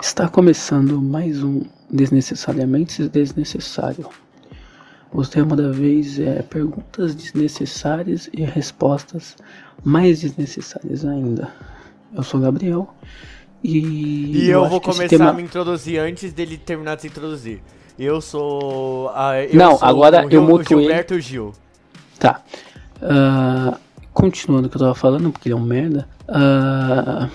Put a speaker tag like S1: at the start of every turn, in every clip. S1: Está começando mais um Desnecessariamente Desnecessário. O tema da vez é perguntas desnecessárias e respostas mais desnecessárias ainda. Eu sou o Gabriel e.
S2: E eu,
S1: acho
S2: vou
S1: que esse
S2: começar
S1: tema-
S2: a me introduzir antes dele terminar de se introduzir. Eu sou. a- eu
S1: Não,
S2: sou
S1: agora
S2: o
S1: eu
S2: Gil-
S1: muto ele.
S2: Gilberto Gil.
S1: Tá. Ah, continuando o que eu tava falando, porque ele é um merda. Ah,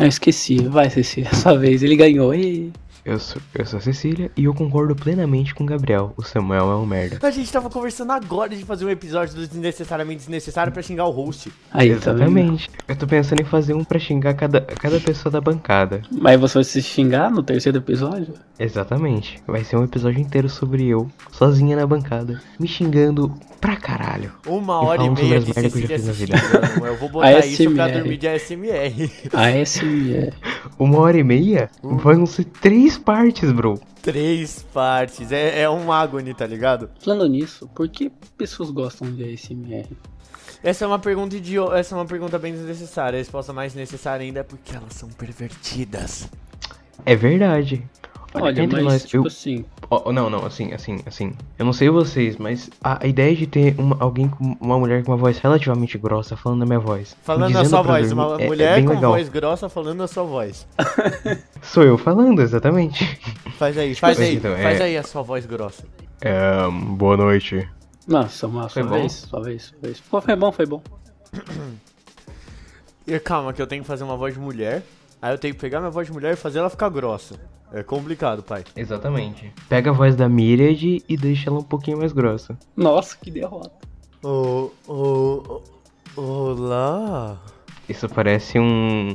S1: eu esqueci. Vai, Ceci, é sua vez. Ele ganhou. E...
S3: Eu sou, eu sou a Cecília e eu concordo plenamente com o Gabriel. O Samuel é um merda.
S2: A gente tava conversando agora de fazer um episódio do Desnecessariamente Desnecessário pra xingar o host.
S1: Aí, tá vendo?
S3: Exatamente. Eu tô pensando em fazer um pra xingar cada, cada pessoa da bancada.
S1: Mas você vai se xingar no terceiro episódio?
S3: Exatamente. Vai ser um episódio inteiro sobre eu, sozinha na bancada, me xingando pra caralho.
S2: Uma
S3: Eu
S2: hora e
S3: falo
S2: meia
S3: sobre as
S2: de
S3: merdas que eu
S2: Cecília
S3: já
S2: se
S3: fiz na
S2: xingando. Eu vou botar isso pra
S1: ASMR.
S2: dormir de ASMR.
S1: Ah, é ASMR.
S3: Uma hora e meia?
S2: Hum.
S3: Vão ser três partes, bro.
S2: Três partes. É, é um agony, tá ligado?
S1: Falando nisso, por que pessoas gostam de ASMR?
S2: Essa é uma pergunta idio... Essa é uma pergunta bem desnecessária. A resposta mais necessária ainda é porque elas são pervertidas.
S3: É verdade.
S1: Olha,
S3: entre
S1: mas
S3: nós,
S1: tipo
S3: eu-
S1: assim,
S3: Ó, ó, não, não, assim, assim, assim. Eu não sei vocês, mas a, a ideia de ter uma, alguém com uma mulher com uma voz relativamente grossa falando na minha voz. me
S2: Falando a
S3: dizendo
S2: sua
S3: pra
S2: voz,
S3: dormir,
S2: uma
S3: é- é
S2: mulher
S3: bem
S2: com
S3: legal.
S2: voz grossa falando a sua voz.
S3: Sou eu falando, exatamente.
S2: Faz aí, faz
S3: assim,
S2: aí,
S3: então, é-
S2: faz aí a sua voz grossa.
S3: É, boa noite.
S1: nossa, uma
S3: Foi
S1: sua
S3: bom?
S1: vez, sua vez, sua vez. Pô, foi bom, foi bom.
S2: E calma, que eu tenho que fazer uma voz de mulher. Aí eu tenho que pegar minha voz de mulher e fazer ela ficar grossa. É complicado, pai.
S3: Exatamente. Pega a voz da Myriad e deixa ela um pouquinho mais grossa.
S1: Nossa, que derrota.
S2: Ô, ô, ô, olá.
S3: Isso parece um,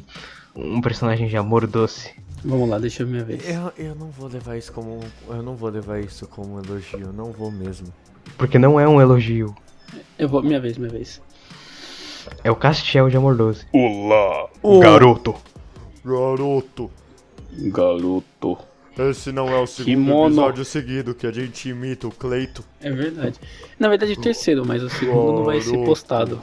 S3: um personagem de amor doce.
S1: Vamos lá, deixa eu minha vez.
S2: Eu, eu não vou levar isso como. Eu não vou levar isso como um elogio, não vou mesmo.
S3: Porque não é um elogio,
S1: Eu vou, minha vez, minha vez.
S3: é o Castiel de amor doce.
S4: Olá,
S2: Ô.
S4: garoto.
S2: Garoto,
S1: Garoto.
S2: esse não é o
S1: Kimono. episódio
S2: seguido que a gente imita o Cleito.
S1: É verdade. Na verdade, é o terceiro, mas o segundo não vai ser
S2: Garoto.
S1: postado.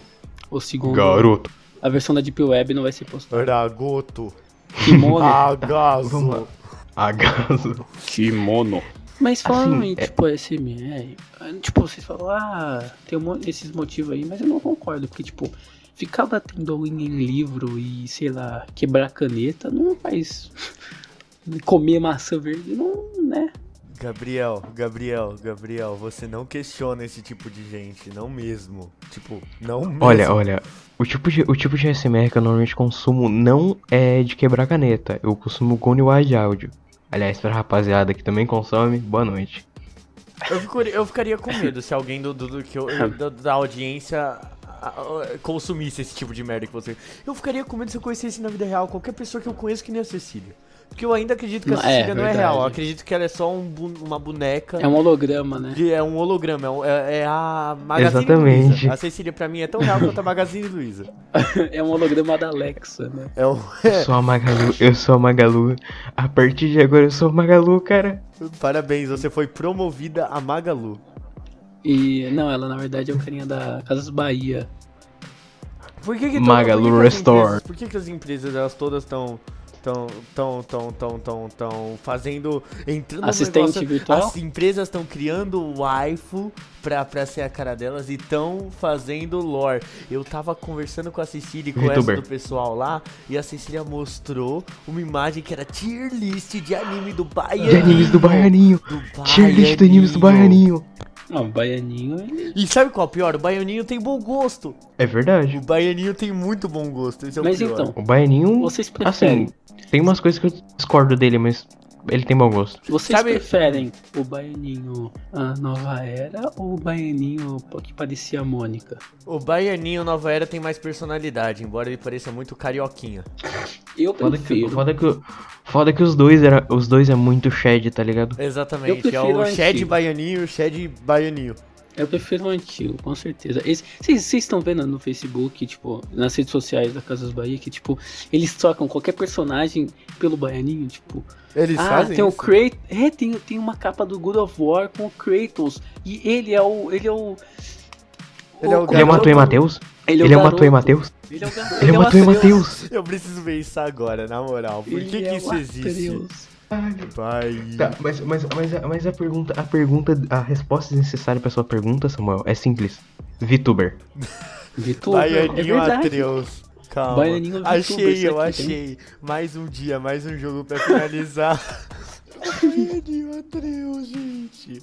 S1: O segundo.
S4: Garoto.
S1: A versão da Deep Web não vai ser postada.
S2: Ragoto.
S1: Kimono.
S3: Vamos lá.
S2: Agaso.
S3: Ah, Agaso.
S4: Kimono.
S1: Mas falando
S3: Assim,
S1: em,
S3: é-
S1: tipo, SMR, tipo, vocês falam, ah, tem um monte desses motivos aí, mas eu não concordo, porque, tipo, ficar batendo unha em livro e, sei lá, quebrar caneta não faz. comer maçã verde não, né?
S2: Gabriel, Gabriel, Gabriel, você não questiona esse tipo de gente, não mesmo. Tipo, não mesmo.
S3: Olha, olha. O tipo, de, o tipo de ASMR que eu normalmente consumo não é de quebrar caneta. Eu consumo Goniwa de áudio. Aliás, pra rapaziada que também consome, boa noite.
S2: Eu, ficaria, eu ficaria com medo se alguém do, do- do que eu- da, da audiência a- a- consumisse esse tipo de merda que você. Eu ficaria com medo se eu conhecesse na vida real qualquer pessoa que eu conheço que nem a Cecília. Porque eu ainda acredito que a
S1: Não, é,
S2: Cecília não é
S1: verdade.
S2: real. Eu acredito que ela é só um bu- uma boneca.
S1: É um holograma, né?
S2: que é um holograma, é um- é, é a Magazine
S3: Exatamente.
S2: Luiza. A Cecília pra mim é tão real quanto a Magazine Luiza.
S1: É um holograma da Alexa, né?
S2: É um,
S3: Eu sou a Magalu, eu sou a Magalu. A partir de agora eu sou a Magalu, cara.
S2: Parabéns, você foi promovida a Magalu.
S1: E, não, ela na verdade é o carinha da Casas Bahia.
S2: Por que que to- por que
S3: Magalu
S2: que as
S3: Restore.
S2: empresas- Por que que as empresas elas todas estão tão tão tão tão tão tão fazendo entrando no
S1: Assistente
S2: negócio-
S1: virtual?
S2: As empresas estão criando o waifu pra, pra ser a cara delas e estão fazendo lore. Eu tava conversando com a Cecília e com essa
S3: VTuber.
S2: do pessoal lá e a Cecília mostrou uma imagem que era tier list de anime do Baianinho.
S3: De animes do Baianinho.
S2: Do
S3: Tier list de animes do Baianinho.
S1: Não, o Baianinho, ele...
S2: E sabe qual é o pior? O Baianinho tem bom gosto.
S3: É verdade.
S2: O Baianinho tem muito bom gosto. Esse é o
S1: Mas
S2: pior.
S1: então,
S3: O Baianinho,
S1: vocês preferem.
S3: assim, tem umas coisas que eu discordo dele, mas ele tem bom gosto.
S1: Vocês
S2: Sabe-
S1: preferem o baianinho a nova era ou o baianinho que parecia a Mônica?
S2: O Baianinho Nova Era tem mais personalidade, embora ele pareça muito carioquinha.
S1: Eu
S3: Foda que,
S1: prefiro.
S3: foda que, foda que os dois era, os dois é muito shed, tá ligado?
S1: Eu
S2: Exatamente, é
S1: prefiro
S2: o
S1: a
S2: Shed
S1: antiga.
S2: Baianinho e o Shed Baianinho.
S1: Eu prefiro o antigo, com certeza. Esse- Vocês vocês estão vendo no Facebook, tipo, nas redes sociais da Casas Bahia, que, tipo, eles trocam qualquer personagem pelo baianinho, tipo.
S2: Eles
S1: ah,
S2: fazem
S1: tem o
S2: isso?
S1: Kratos. É, tem, tem uma capa do God of War com o Kratos. E ele é o. ele é o.
S2: Ele é o
S3: Ele é o Matuê Matheus? Ele é o
S1: garoto.
S3: Matuê Matheus?
S1: Ele é o garoto.
S3: Ele é o Matuê Matheus?
S2: Eu preciso ver isso agora, na moral. Por que,
S1: Ele
S2: que
S1: é
S2: isso
S1: o
S2: existe?
S1: Atreus.
S2: Pai.
S3: Tá, mas, mas, mas, a- mas a pergunta, a pergunta, a resposta necessária pra sua pergunta, Samuel, é simples. VTuber.
S1: Vitor, é
S2: Baianinho
S1: verdade.
S2: Atreus. Calma.
S1: Baianinho VTuber,
S2: achei,
S1: isso
S2: eu
S1: aqui tem.
S2: achei. Mais um dia, mais um jogo pra finalizar. Baianinho Atreus, gente.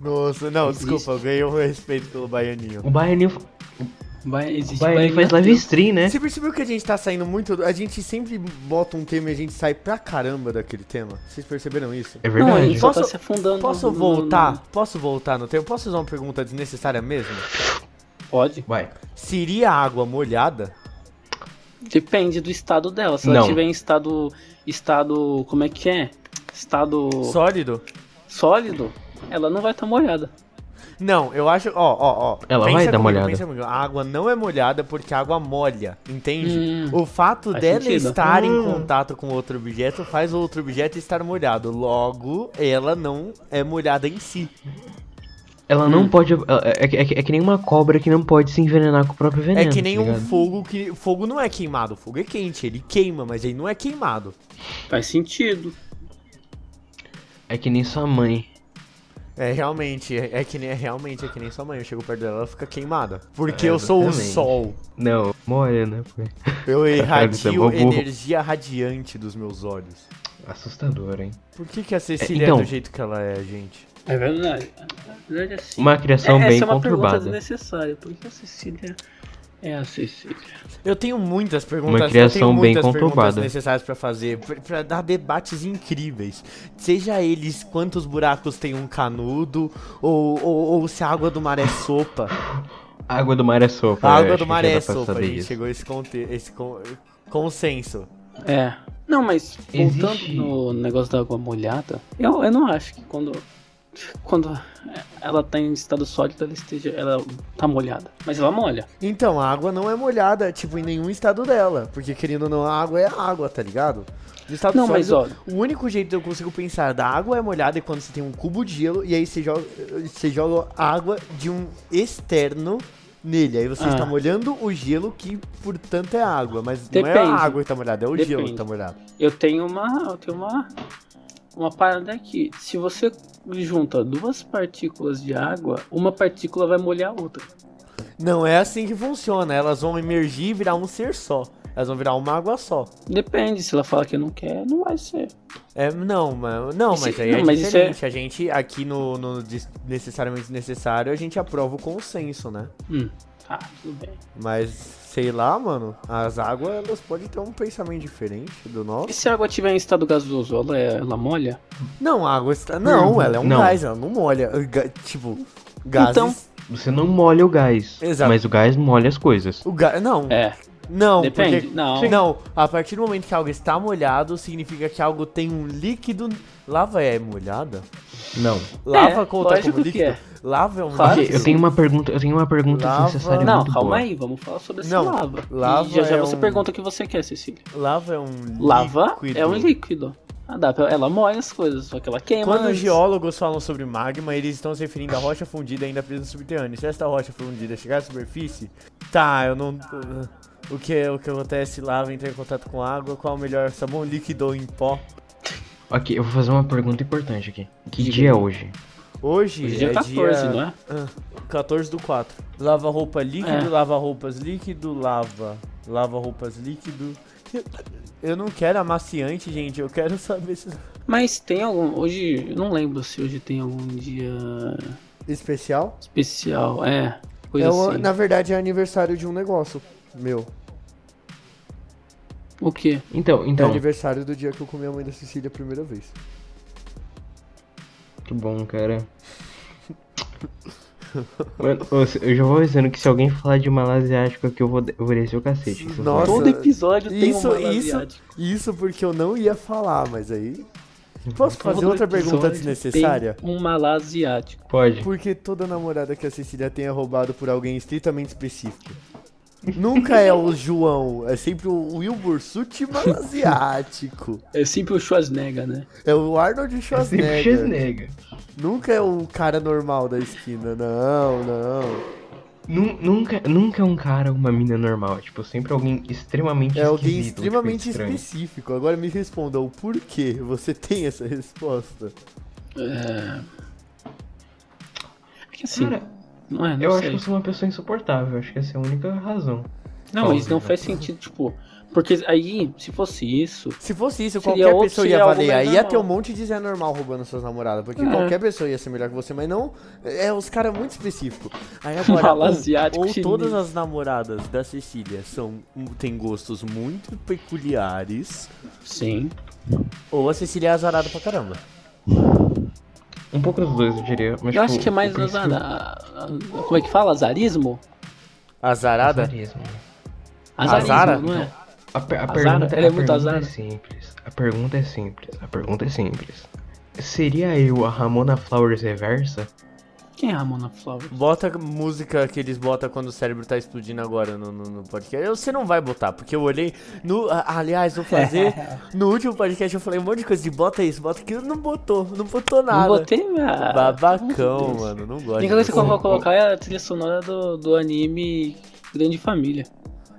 S2: Nossa, não,
S1: Existe.
S2: desculpa, eu ganhei um respeito pelo Baianinho.
S3: O Baianinho, o
S1: Ba- existe
S3: Baianinho
S1: Baianinho
S3: faz live
S1: Atreus.
S3: stream, né?
S2: Você percebeu que a gente tá saindo muito. A gente sempre bota um tema e a gente sai pra caramba daquele tema. Vocês perceberam isso?
S3: É
S1: Não,
S3: verdade.
S1: ele só tá
S2: Posso-
S1: se afundando.
S2: Posso
S1: no- no-
S2: voltar? Posso voltar no tempo? Posso usar uma pergunta desnecessária mesmo?
S1: no- Pode.
S3: Vai.
S2: Seria água molhada?
S1: Depende do estado dela. Se ela
S3: Não.
S1: tiver em estado. Estado. Como é que é? Estado
S2: Sólido?
S1: sólido, ela não vai estar molhada.
S2: Não, eu acho. Ó, ó, ó.
S3: Ela
S2: pensa
S3: vai dar
S2: comigo,
S3: molhada.
S2: pensa comigo. A água não é molhada porque a água molha, entende?
S1: Hum,
S2: o fato
S1: faz
S2: dela
S1: sentido.
S2: estar em
S3: Hum.
S2: contato com outro objeto faz o outro objeto estar molhado. Logo, ela não é molhada em si.
S3: Ela não pode. ela- É, que- é que- é que nem uma cobra que não pode se envenenar com o próprio veneno.
S2: É que nem
S3: tá
S2: um
S3: ligado?
S2: fogo que. Fogo não é queimado, fogo é quente, ele queima, mas ele não é queimado.
S1: Faz sentido.
S3: É que nem sua mãe.
S2: É realmente, é, é que nem é realmente, é que nem sua mãe. Eu chego perto dela, ela fica queimada. Porque eu sou o
S3: exatamente.
S2: sol.
S3: Não, molha, né? pô?
S2: Eu
S3: você é
S2: irradio
S3: mó burro.
S2: energia radiante dos meus olhos.
S3: Assustador, hein?
S2: Por que, que a Cecília
S3: É, então.
S2: é do jeito que ela é, gente?
S1: É verdade. Na verdade, assim.
S3: Uma criação
S1: essa
S3: bem
S1: é uma pergunta
S3: conturbada.
S1: desnecessária. Por que a Cecília é a Cecília?
S2: Eu tenho muitas perguntas,
S3: Uma criação
S2: eu tenho
S3: bem
S2: muitas perguntas
S3: conturbada.
S2: necessárias pra fazer, pra- pra dar debates incríveis. Seja eles quantos buracos tem um canudo, ou, ou, ou se a água do mar é sopa.
S3: A água do mar é sopa.
S2: A
S3: eu
S2: água
S3: acho
S2: do
S3: que
S2: mar
S3: já
S2: é
S3: dá pra
S2: sopa, a
S3: saber
S2: gente
S3: disso.
S2: chegou a esse, conte- esse con- consenso.
S1: É. Não, mas voltando
S3: Existe-
S1: no negócio da água molhada, eu, eu não acho que quando. Quando ela tá em estado sólido, ela esteja. Ela tá molhada. Mas ela molha.
S2: Então, a água não é molhada, tipo, em nenhum estado dela. Porque, querendo ou não, a água é água, tá ligado? No estado
S1: Não, mas
S2: Tá sólido,
S1: olha.
S2: O único jeito que eu consigo pensar da água é molhada é quando você tem um cubo de gelo e aí você joga, você joga água de um externo nele. Aí você
S1: Ah.
S2: está molhando o gelo que, portanto, é água. Mas não é a
S1: Depende.
S2: água que tá molhada, é o gelo que
S1: Depende.
S2: tá molhado.
S1: Eu tenho uma. Eu tenho uma. Uma parada aqui. Se você junta duas partículas de água, uma partícula vai molhar a outra.
S2: Não é assim que funciona. Elas vão emergir e virar um ser só. Elas vão virar uma água só.
S1: Depende, se ela fala que não quer, não vai ser.
S2: É, não, mas, não,
S1: Isso-
S2: mas aí é
S1: não, mas isso é-
S2: diferente. A gente, aqui no, no des- necessariamente desnecessário, a gente aprova o consenso, né?
S1: Hum. Ah, tudo bem.
S2: Mas sei lá, mano, as águas elas podem ter um pensamento diferente do
S1: E
S2: nosso.
S1: se a água tiver em estado gasoso, ela, é- ela molha?
S2: Não, a água está. Não, ela é um
S3: Não.
S2: gás, ela não molha. Ga- Tipo, gases.
S1: Então-
S3: Você não molha o gás.
S2: Exato.
S3: Mas o gás molha as coisas.
S2: O gás. Não,
S1: É,
S2: não,
S1: depende.
S2: porque-
S1: Não.
S2: Não, a partir do momento que algo está molhado, significa que algo tem um líquido. Lava é molhada?
S3: Não.
S2: Lava
S1: É,
S2: conta como
S1: lógico que
S2: líquido?
S1: é.
S2: Lava é um
S1: Claro
S2: líquido?
S1: que
S3: Eu tenho uma pergunta, eu tenho uma pergunta
S2: Lava-
S3: desnecessária
S1: Não,
S3: É muito
S1: calma
S3: boa.
S1: aí, vamos falar sobre essa
S2: Não,
S1: lava.
S2: lava
S1: e já já
S2: é
S1: você
S2: um-
S1: pergunta o que você quer, Cecília.
S2: Lava é um
S1: Lava
S2: líquido.
S1: é um líquido. Ah, dá, pra- ela molha as coisas, só que ela queima.
S2: Quando os
S1: antes.
S2: geólogos falam sobre magma, eles estão se referindo à rocha fundida ainda presa no subterrâneo. Se esta rocha fundida chegar à superfície, tá, eu não. O que, o que acontece? Lava entra em contato com água, qual é o melhor sabão líquido ou em pó?
S3: Ok, eu vou fazer uma pergunta importante aqui. Que
S1: Diga.
S3: dia é hoje?
S2: Hoje,
S1: Hoje é 14, não é?
S2: Ah, 14 do 4. Lava roupa líquido,
S1: É.
S2: lava roupas líquido, lava. Lava roupas líquido. Eu não quero amaciante, gente, eu quero saber se.
S1: Mas tem algum. Hoje, eu não lembro se hoje tem algum dia
S2: Especial?
S1: especial. É, coisa
S2: É o-
S1: assim.
S2: Na verdade é aniversário de um negócio meu.
S1: O quê?
S3: Então,
S2: É
S3: então.
S1: Tá
S2: aniversário do dia que eu comi a mãe da Cecília a primeira vez.
S3: Muito bom, cara. Mano, ô, se- eu já vou avisando que se alguém falar de malásia asiático aqui, eu vou, de- eu vou descer o cacete. vocês
S2: Nossa.
S3: sabem.
S1: Todo episódio tem
S2: Isso,
S1: uma
S2: isso, isso porque eu não ia falar, mas aí. Posso fazer
S1: Todo
S2: outra pergunta
S1: episódio
S2: desnecessária?
S1: tem Um malasiático.
S3: Pode.
S2: Por que toda namorada que a Cecília tenha roubado por alguém estritamente específico? Nunca é o João, é sempre o Wilbur Sutman asiático.
S1: É sempre o Schwarzenegger, né?
S2: É o Arnold Schwarzenegger. um
S3: nega.
S2: Nunca é o cara normal da esquina, não, não.
S3: Nun- Nunca, nunca é um cara ou uma mina normal. Tipo, sempre alguém extremamente
S2: É alguém
S3: esquisito, tipo,
S2: extremamente
S3: estranho.
S2: específico. Agora me responda o porquê você tem essa resposta.
S1: É que assim,
S3: Cara,
S1: não é, não
S3: eu acho
S1: sei.
S3: que eu sou uma pessoa insuportável. Acho que essa é a única razão.
S1: Não, mas não faz sentido, tipo. Porque aí, se fosse isso,
S2: Se fosse isso,
S1: Seria
S2: qualquer
S1: outro-
S2: pessoa
S1: seria
S2: ia
S1: algo
S2: valer.
S1: mais
S2: Aí ia
S1: normal.
S2: ter um monte de Zé normal roubando suas namoradas. Porque
S1: É.
S2: qualquer pessoa ia ser melhor que você, mas não. É os caras muito específicos. Aí agora.
S1: fala
S2: ou-
S1: asiático
S2: ou
S1: chinês.
S2: todas as namoradas da Cecília são, hum, têm gostos muito peculiares.
S1: Sim.
S2: Ou a Cecília é azarada pra caramba.
S3: Um pouco dos dois, eu diria. Mas,
S1: eu
S3: tipo,
S1: acho que é
S3: o
S1: mais
S3: principal-
S1: azar. a- a- Como é que fala? Azarismo?
S2: Azarada?
S3: Azarismo.
S1: Azarismo,
S2: Azara?
S1: não é?
S3: A, per- a
S1: Azara?
S3: pergunta,
S1: Ela é
S3: a
S1: muito
S3: pergunta
S1: azara.
S3: é simples. A pergunta é simples. A pergunta é simples. Seria eu a Ramona Flowers reversa?
S1: Quem é a Ramona Flower?
S2: Bota a música que eles botam quando o cérebro tá explodindo agora no, no, no podcast. Eu- Você não vai botar, porque eu olhei. No, a- aliás, vou fazer. no último podcast eu falei um monte de coisa de bota isso, bota aquilo. Não botou, não botou nada.
S1: Não botei, velho.
S2: Babacão, mano. Não gosto.
S1: A única coisa
S2: disso.
S1: que eu vou colocar é a trilha sonora do, do anime Grande Família.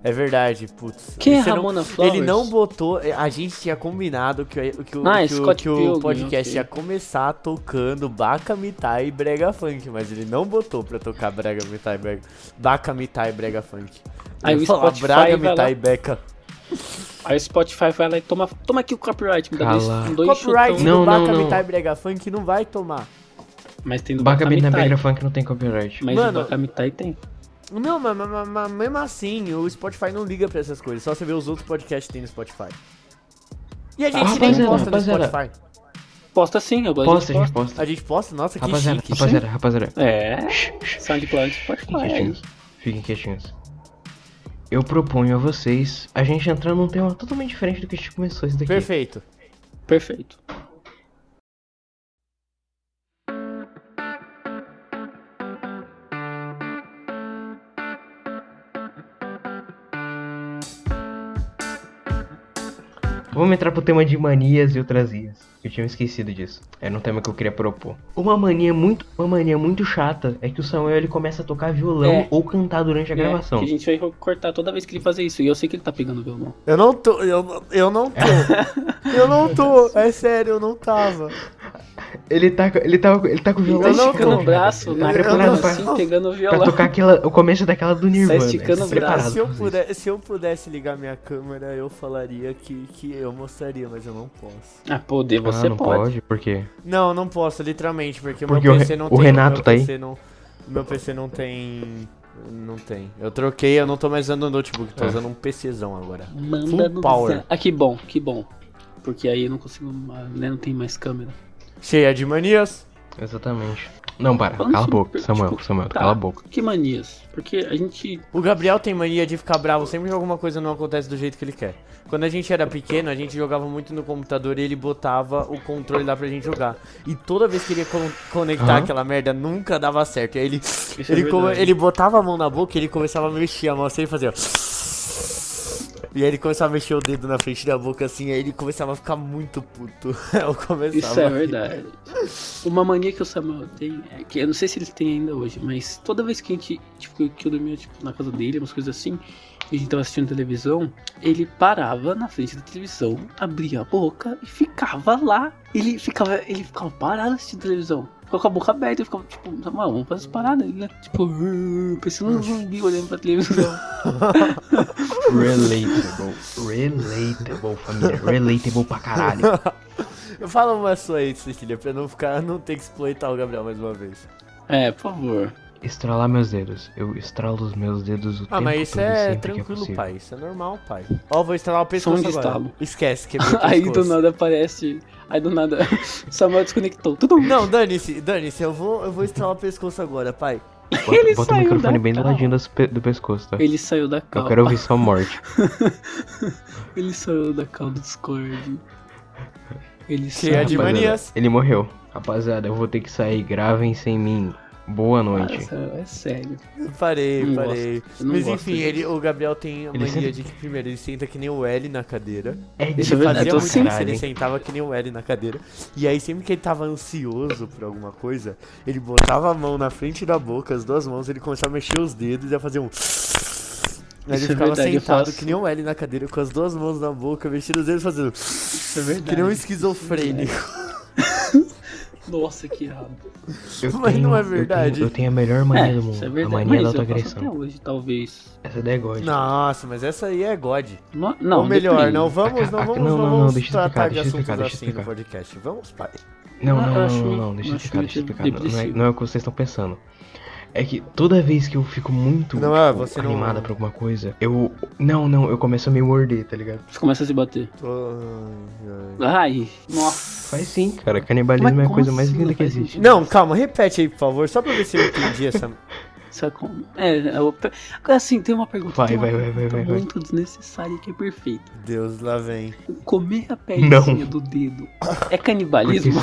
S2: É verdade, putz.
S1: Quem é
S2: Você não-
S1: Ramona Flowers?
S2: Ele não botou. eh, A gente tinha combinado que, o- que, o-
S1: Ah, é
S2: que, o,
S1: Scott
S2: que o
S1: Pilgrim,
S2: podcast
S1: ok.
S2: ia começar tocando Baca Mitai e Brega Funk, mas ele não botou pra tocar Brega Mitai e Brega. Baca Mitai e Brega Funk.
S1: Aí
S2: Eu ia
S1: o
S2: falar
S1: Spotify vai
S2: Braga Mitai
S1: lá-
S2: e Beca.
S1: Aí o Spotify vai lá e toma, toma aqui o copyright, me dá dois,
S3: Cala.
S1: dois
S2: Copyright
S1: chutão.
S2: do
S3: Não, não,
S2: Baca
S3: não.
S2: Mitai e Brega Funk não vai tomar.
S1: Mas tem do
S3: Bacabit na
S1: Bakamitai.
S3: Begra Funk não tem copyright.
S1: Mas
S2: Mano.
S1: o Bakamitai tem.
S2: Não, mas, mas- mas- mas mesmo assim, o Spotify não liga pra essas coisas. Só você vê os outros podcasts que tem no Spotify. E a gente nem
S3: Ah, Rapaziada,
S2: posta no
S3: rapaziada.
S2: Spotify.
S1: Posta sim, eu gosto
S3: Posta,
S1: de
S3: gente,
S1: posta.
S3: posta.
S2: A gente posta? Nossa, que
S3: Rapaziada,
S2: chique.
S3: rapaziada, rapaziada.
S1: É,
S3: Shh, shh,
S1: SoundCloud Spotify.
S3: Fiquem quietinhos. Fiquem quietinhos. Eu proponho a vocês a gente entrar num tema totalmente diferente do que a gente começou isso daqui.
S2: Perfeito.
S1: Perfeito.
S3: Vamos entrar pro tema de manias e outras ias. Eu tinha esquecido disso. Era um tema que eu queria propor. Uma mania muito, uma mania muito chata é que o Samuel ele começa a tocar violão
S1: É.
S3: ou cantar durante a gravação.
S1: É, que a gente vai cortar toda vez que ele fazer isso. E eu sei que ele tá pegando o violão.
S2: Eu não tô, eu, eu não tô. eu não tô, é sério, eu não tava.
S3: Ele tá, com- ele tá, ele tá com o
S1: Ele
S3: violão
S1: tá
S2: não,
S1: esticando
S2: cara.
S1: o braço na
S2: Eu
S1: grama
S2: não-
S1: assim, pegando o
S3: pra
S1: violão.
S3: tocar aquela, o começo daquela do Nirvana.
S1: Tá
S3: tá
S1: esticando o braço.
S3: Preparado
S2: Se eu,
S3: pra fazer isso.
S2: puder, se eu pudesse ligar minha câmera, eu falaria que, que eu mostraria, mas eu não posso.
S1: Ah, poder, você
S3: ah, não
S1: pode.
S3: pode, por quê?
S2: Não, não posso, literalmente, porque,
S3: Porque o
S2: meu
S3: Re-
S2: PC não
S3: o
S2: tem.
S3: Renato
S2: meu
S3: tá aí?
S2: PC Não, meu PC não tem. Não tem. Eu troquei, eu não tô mais usando um notebook, tô
S3: É.
S2: usando um PCzão agora.
S1: Manda
S2: Full
S1: no
S2: power.
S1: Zé. Ah, que bom, que bom. Porque aí eu não consigo, né, não tem mais câmera.
S2: Cheia de manias.
S3: Exatamente. Não, para,
S1: Falando
S3: cala a
S1: sobre-
S3: boca, Samuel,
S1: tipo,
S3: Samuel,
S1: tá.
S3: cala a boca.
S1: Que manias? Porque a gente.
S2: O Gabriel tem mania de ficar bravo sempre que alguma coisa não acontece do jeito que ele quer. Quando a gente era pequeno, a gente jogava muito no computador e ele botava o controle lá pra gente jogar. E toda vez que ele ia con- conectar
S3: Aham.
S2: aquela merda, nunca dava certo. E aí ele,
S1: Isso é
S2: ele, come-
S1: verdade.
S2: ele botava a mão na boca e ele começava a mexer a mão assim e fazia. ó. E aí ele começava a mexer o dedo na frente da boca assim, aí ele começava a ficar muito puto. Eu começava.
S1: Isso é verdade. Uma mania que o Samuel tem é que eu não sei se ele tem ainda hoje, mas toda vez que a gente. Tipo, que eu dormia tipo, na casa dele, umas coisas assim, e a gente tava assistindo televisão, ele parava na frente da televisão, abria a boca e ficava lá. Ele ficava, ele ficava parado assistindo televisão. Ficava com a boca aberta, e ficava tipo, Samuel, vamos fazer essa parada, né? Tipo, pensando um zumbi olhando pra televisão.
S3: Relatable. Relatable, família. Relatable pra caralho.
S2: Fala uma sua aí, Cecília, pra não ficar, não ter que exploitar o Gabriel mais uma vez.
S1: É, por favor.
S3: Estralar meus dedos. Eu estralo os meus dedos o
S2: Ah,
S3: tempo
S2: mas isso
S3: todo e
S2: é
S3: sempre que
S2: tranquilo,
S3: possível.
S2: pai. Isso é normal, pai. Ó, vou instalar o
S1: Som
S2: pescoço
S1: de
S2: agora.
S1: um estalo.
S2: Esquece, que é
S1: Aí do nada aparece. Aí do nada. Samuel desconectou. Tudo bem.
S2: Não, dane-se, dane-se. Eu vou, eu vou instalar o pescoço agora, pai.
S3: Bota,
S1: Ele
S3: bota o
S1: saiu
S3: microfone
S1: da
S3: bem do
S1: calma.
S3: ladinho das pe- do, pescoço, tá?
S1: Ele saiu da
S3: Eu
S1: calma.
S3: quero ouvir sua morte.
S1: Ele saiu da calma do Discord. Ele
S2: Cheia
S1: saiu.
S2: de
S3: Rapaziada,
S2: manias.
S3: Ele morreu. Rapaziada, eu vou ter que sair. Gravem sem mim. Boa noite.
S1: Nossa, é sério.
S2: Parei,
S1: Não
S2: parei.
S1: gosto, não
S2: Mas
S1: gosto
S2: enfim,
S1: disso.
S2: ele, o Gabriel tem a
S3: Ele
S2: mania
S3: senta-
S2: de que primeiro ele senta que nem o L na cadeira.
S3: É
S2: Ele
S1: Isso é verdade,
S2: fazia
S1: eu tô
S2: muito
S1: sem-
S2: isso, ele sentava que nem o L na cadeira. E aí sempre que ele tava ansioso por alguma coisa, ele botava a mão na frente da boca, as duas mãos, ele começava a mexer os dedos e ia fazer um. Aí
S1: Isso
S2: ele
S1: é
S2: ficava
S1: verdade, eu
S2: sentado
S1: faço.
S2: que nem o L na cadeira, com as duas mãos na boca, mexendo os dedos fazendo.
S1: Isso é
S2: Que nem um
S1: verdade. É.
S2: esquizofrênico.
S1: Nossa, que rabo.
S3: Eu
S2: Mas não é
S3: eu
S2: verdade.
S3: Eu tenho, a melhor mania do mundo.
S1: Isso é
S3: a
S1: verdade.
S3: mania da
S1: Mas eu faço até um.
S3: autoagressão.
S1: hoje, talvez.
S3: Essa daí é God.
S2: Nossa, mas essa aí é God.
S1: No- Não,
S2: Ou melhor,
S1: depende.
S2: não vamos, não
S3: Aca-
S2: vamos, não,
S3: não, não, não,
S2: vamos
S3: deixa eu
S2: tratar
S3: explicar,
S2: de
S3: deixa eu
S2: assuntos
S3: explicar, deixa eu
S2: assim no
S3: explicar.
S2: podcast. Vamos, pai.
S3: Não,
S1: Ah,
S3: não,
S1: eu
S3: não,
S1: acho-
S3: não, não, deixa
S1: eu
S3: eu
S1: acho
S3: explicar, deixa eu
S1: muito
S3: explicar. Não, não é,
S1: depressivo.
S3: não é o que vocês estão pensando. É que toda vez que eu fico muito
S2: Não, é,
S3: tipo,
S2: você não-
S3: animada pra alguma coisa, eu. Não, não, eu começo a me morder, tá ligado?
S1: Você começa a se bater. Ai, nossa.
S3: Faz sim, cara. Canibalismo
S1: Mas
S3: é a
S1: como
S3: coisa mais
S1: assim?
S3: linda
S1: Não
S3: que
S1: faz
S3: existe.
S2: Não, calma, repete aí, por favor, só pra ver se eu entendi essa.
S1: Sabe como? É, eu... assim, tem uma pergunta.
S3: Vai,
S1: tem uma
S3: vai, vai, vai,
S1: pergunta
S3: vai, vai.
S1: tá muito desnecessária que é perfeita.
S2: Deus, lá vem.
S1: Comer a perninha do dedo é canibalismo?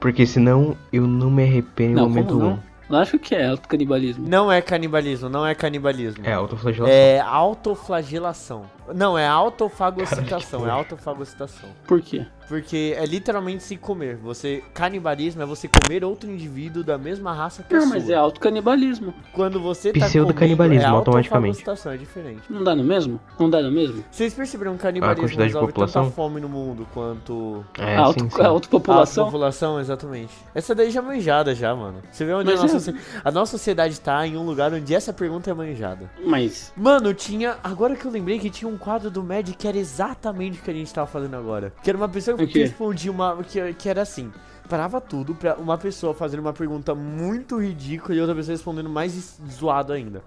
S3: Porque senão eu não me arrependo no
S1: Não,
S3: momento
S1: como não?
S3: um.
S1: Lógico que é canibalismo.
S2: Não é canibalismo, não é canibalismo.
S3: É, autoflagelação.
S2: É autoflagelação. Não, é autofagocitação, é autofagocitação.
S1: Por quê?
S2: Porque é literalmente se comer. Você canibalismo é você comer outro indivíduo da mesma raça que a
S1: Não,
S2: sua.
S1: mas é autocanibalismo.
S2: Quando você tá
S3: Pseudo-canibalismo,
S2: comendo, é
S3: automaticamente.
S2: autofagocitação, é diferente.
S1: Não dá no mesmo? Não dá no mesmo?
S2: Vocês perceberam que o canibalismo
S3: A quantidade de
S2: resolve tanta
S3: população?
S2: fome no mundo quanto
S3: É,
S1: a auto,
S3: sim, sim.
S1: a autopopulação?
S2: A população, exatamente. Essa daí já é manjada já, mano. Você vê onde a
S1: Mas
S2: nossa,
S1: é.
S2: socie- a nossa sociedade tá em um lugar onde essa pergunta é manjada.
S1: Mas
S2: Mano, tinha. Agora que eu lembrei que tinha um quadro do Mad que era exatamente o que a gente tava fazendo agora. Que era uma pessoa que
S1: O quê?
S2: respondia uma. Que, que era assim. Parava tudo pra uma pessoa fazendo uma pergunta muito ridícula e outra pessoa respondendo mais es- zoado ainda.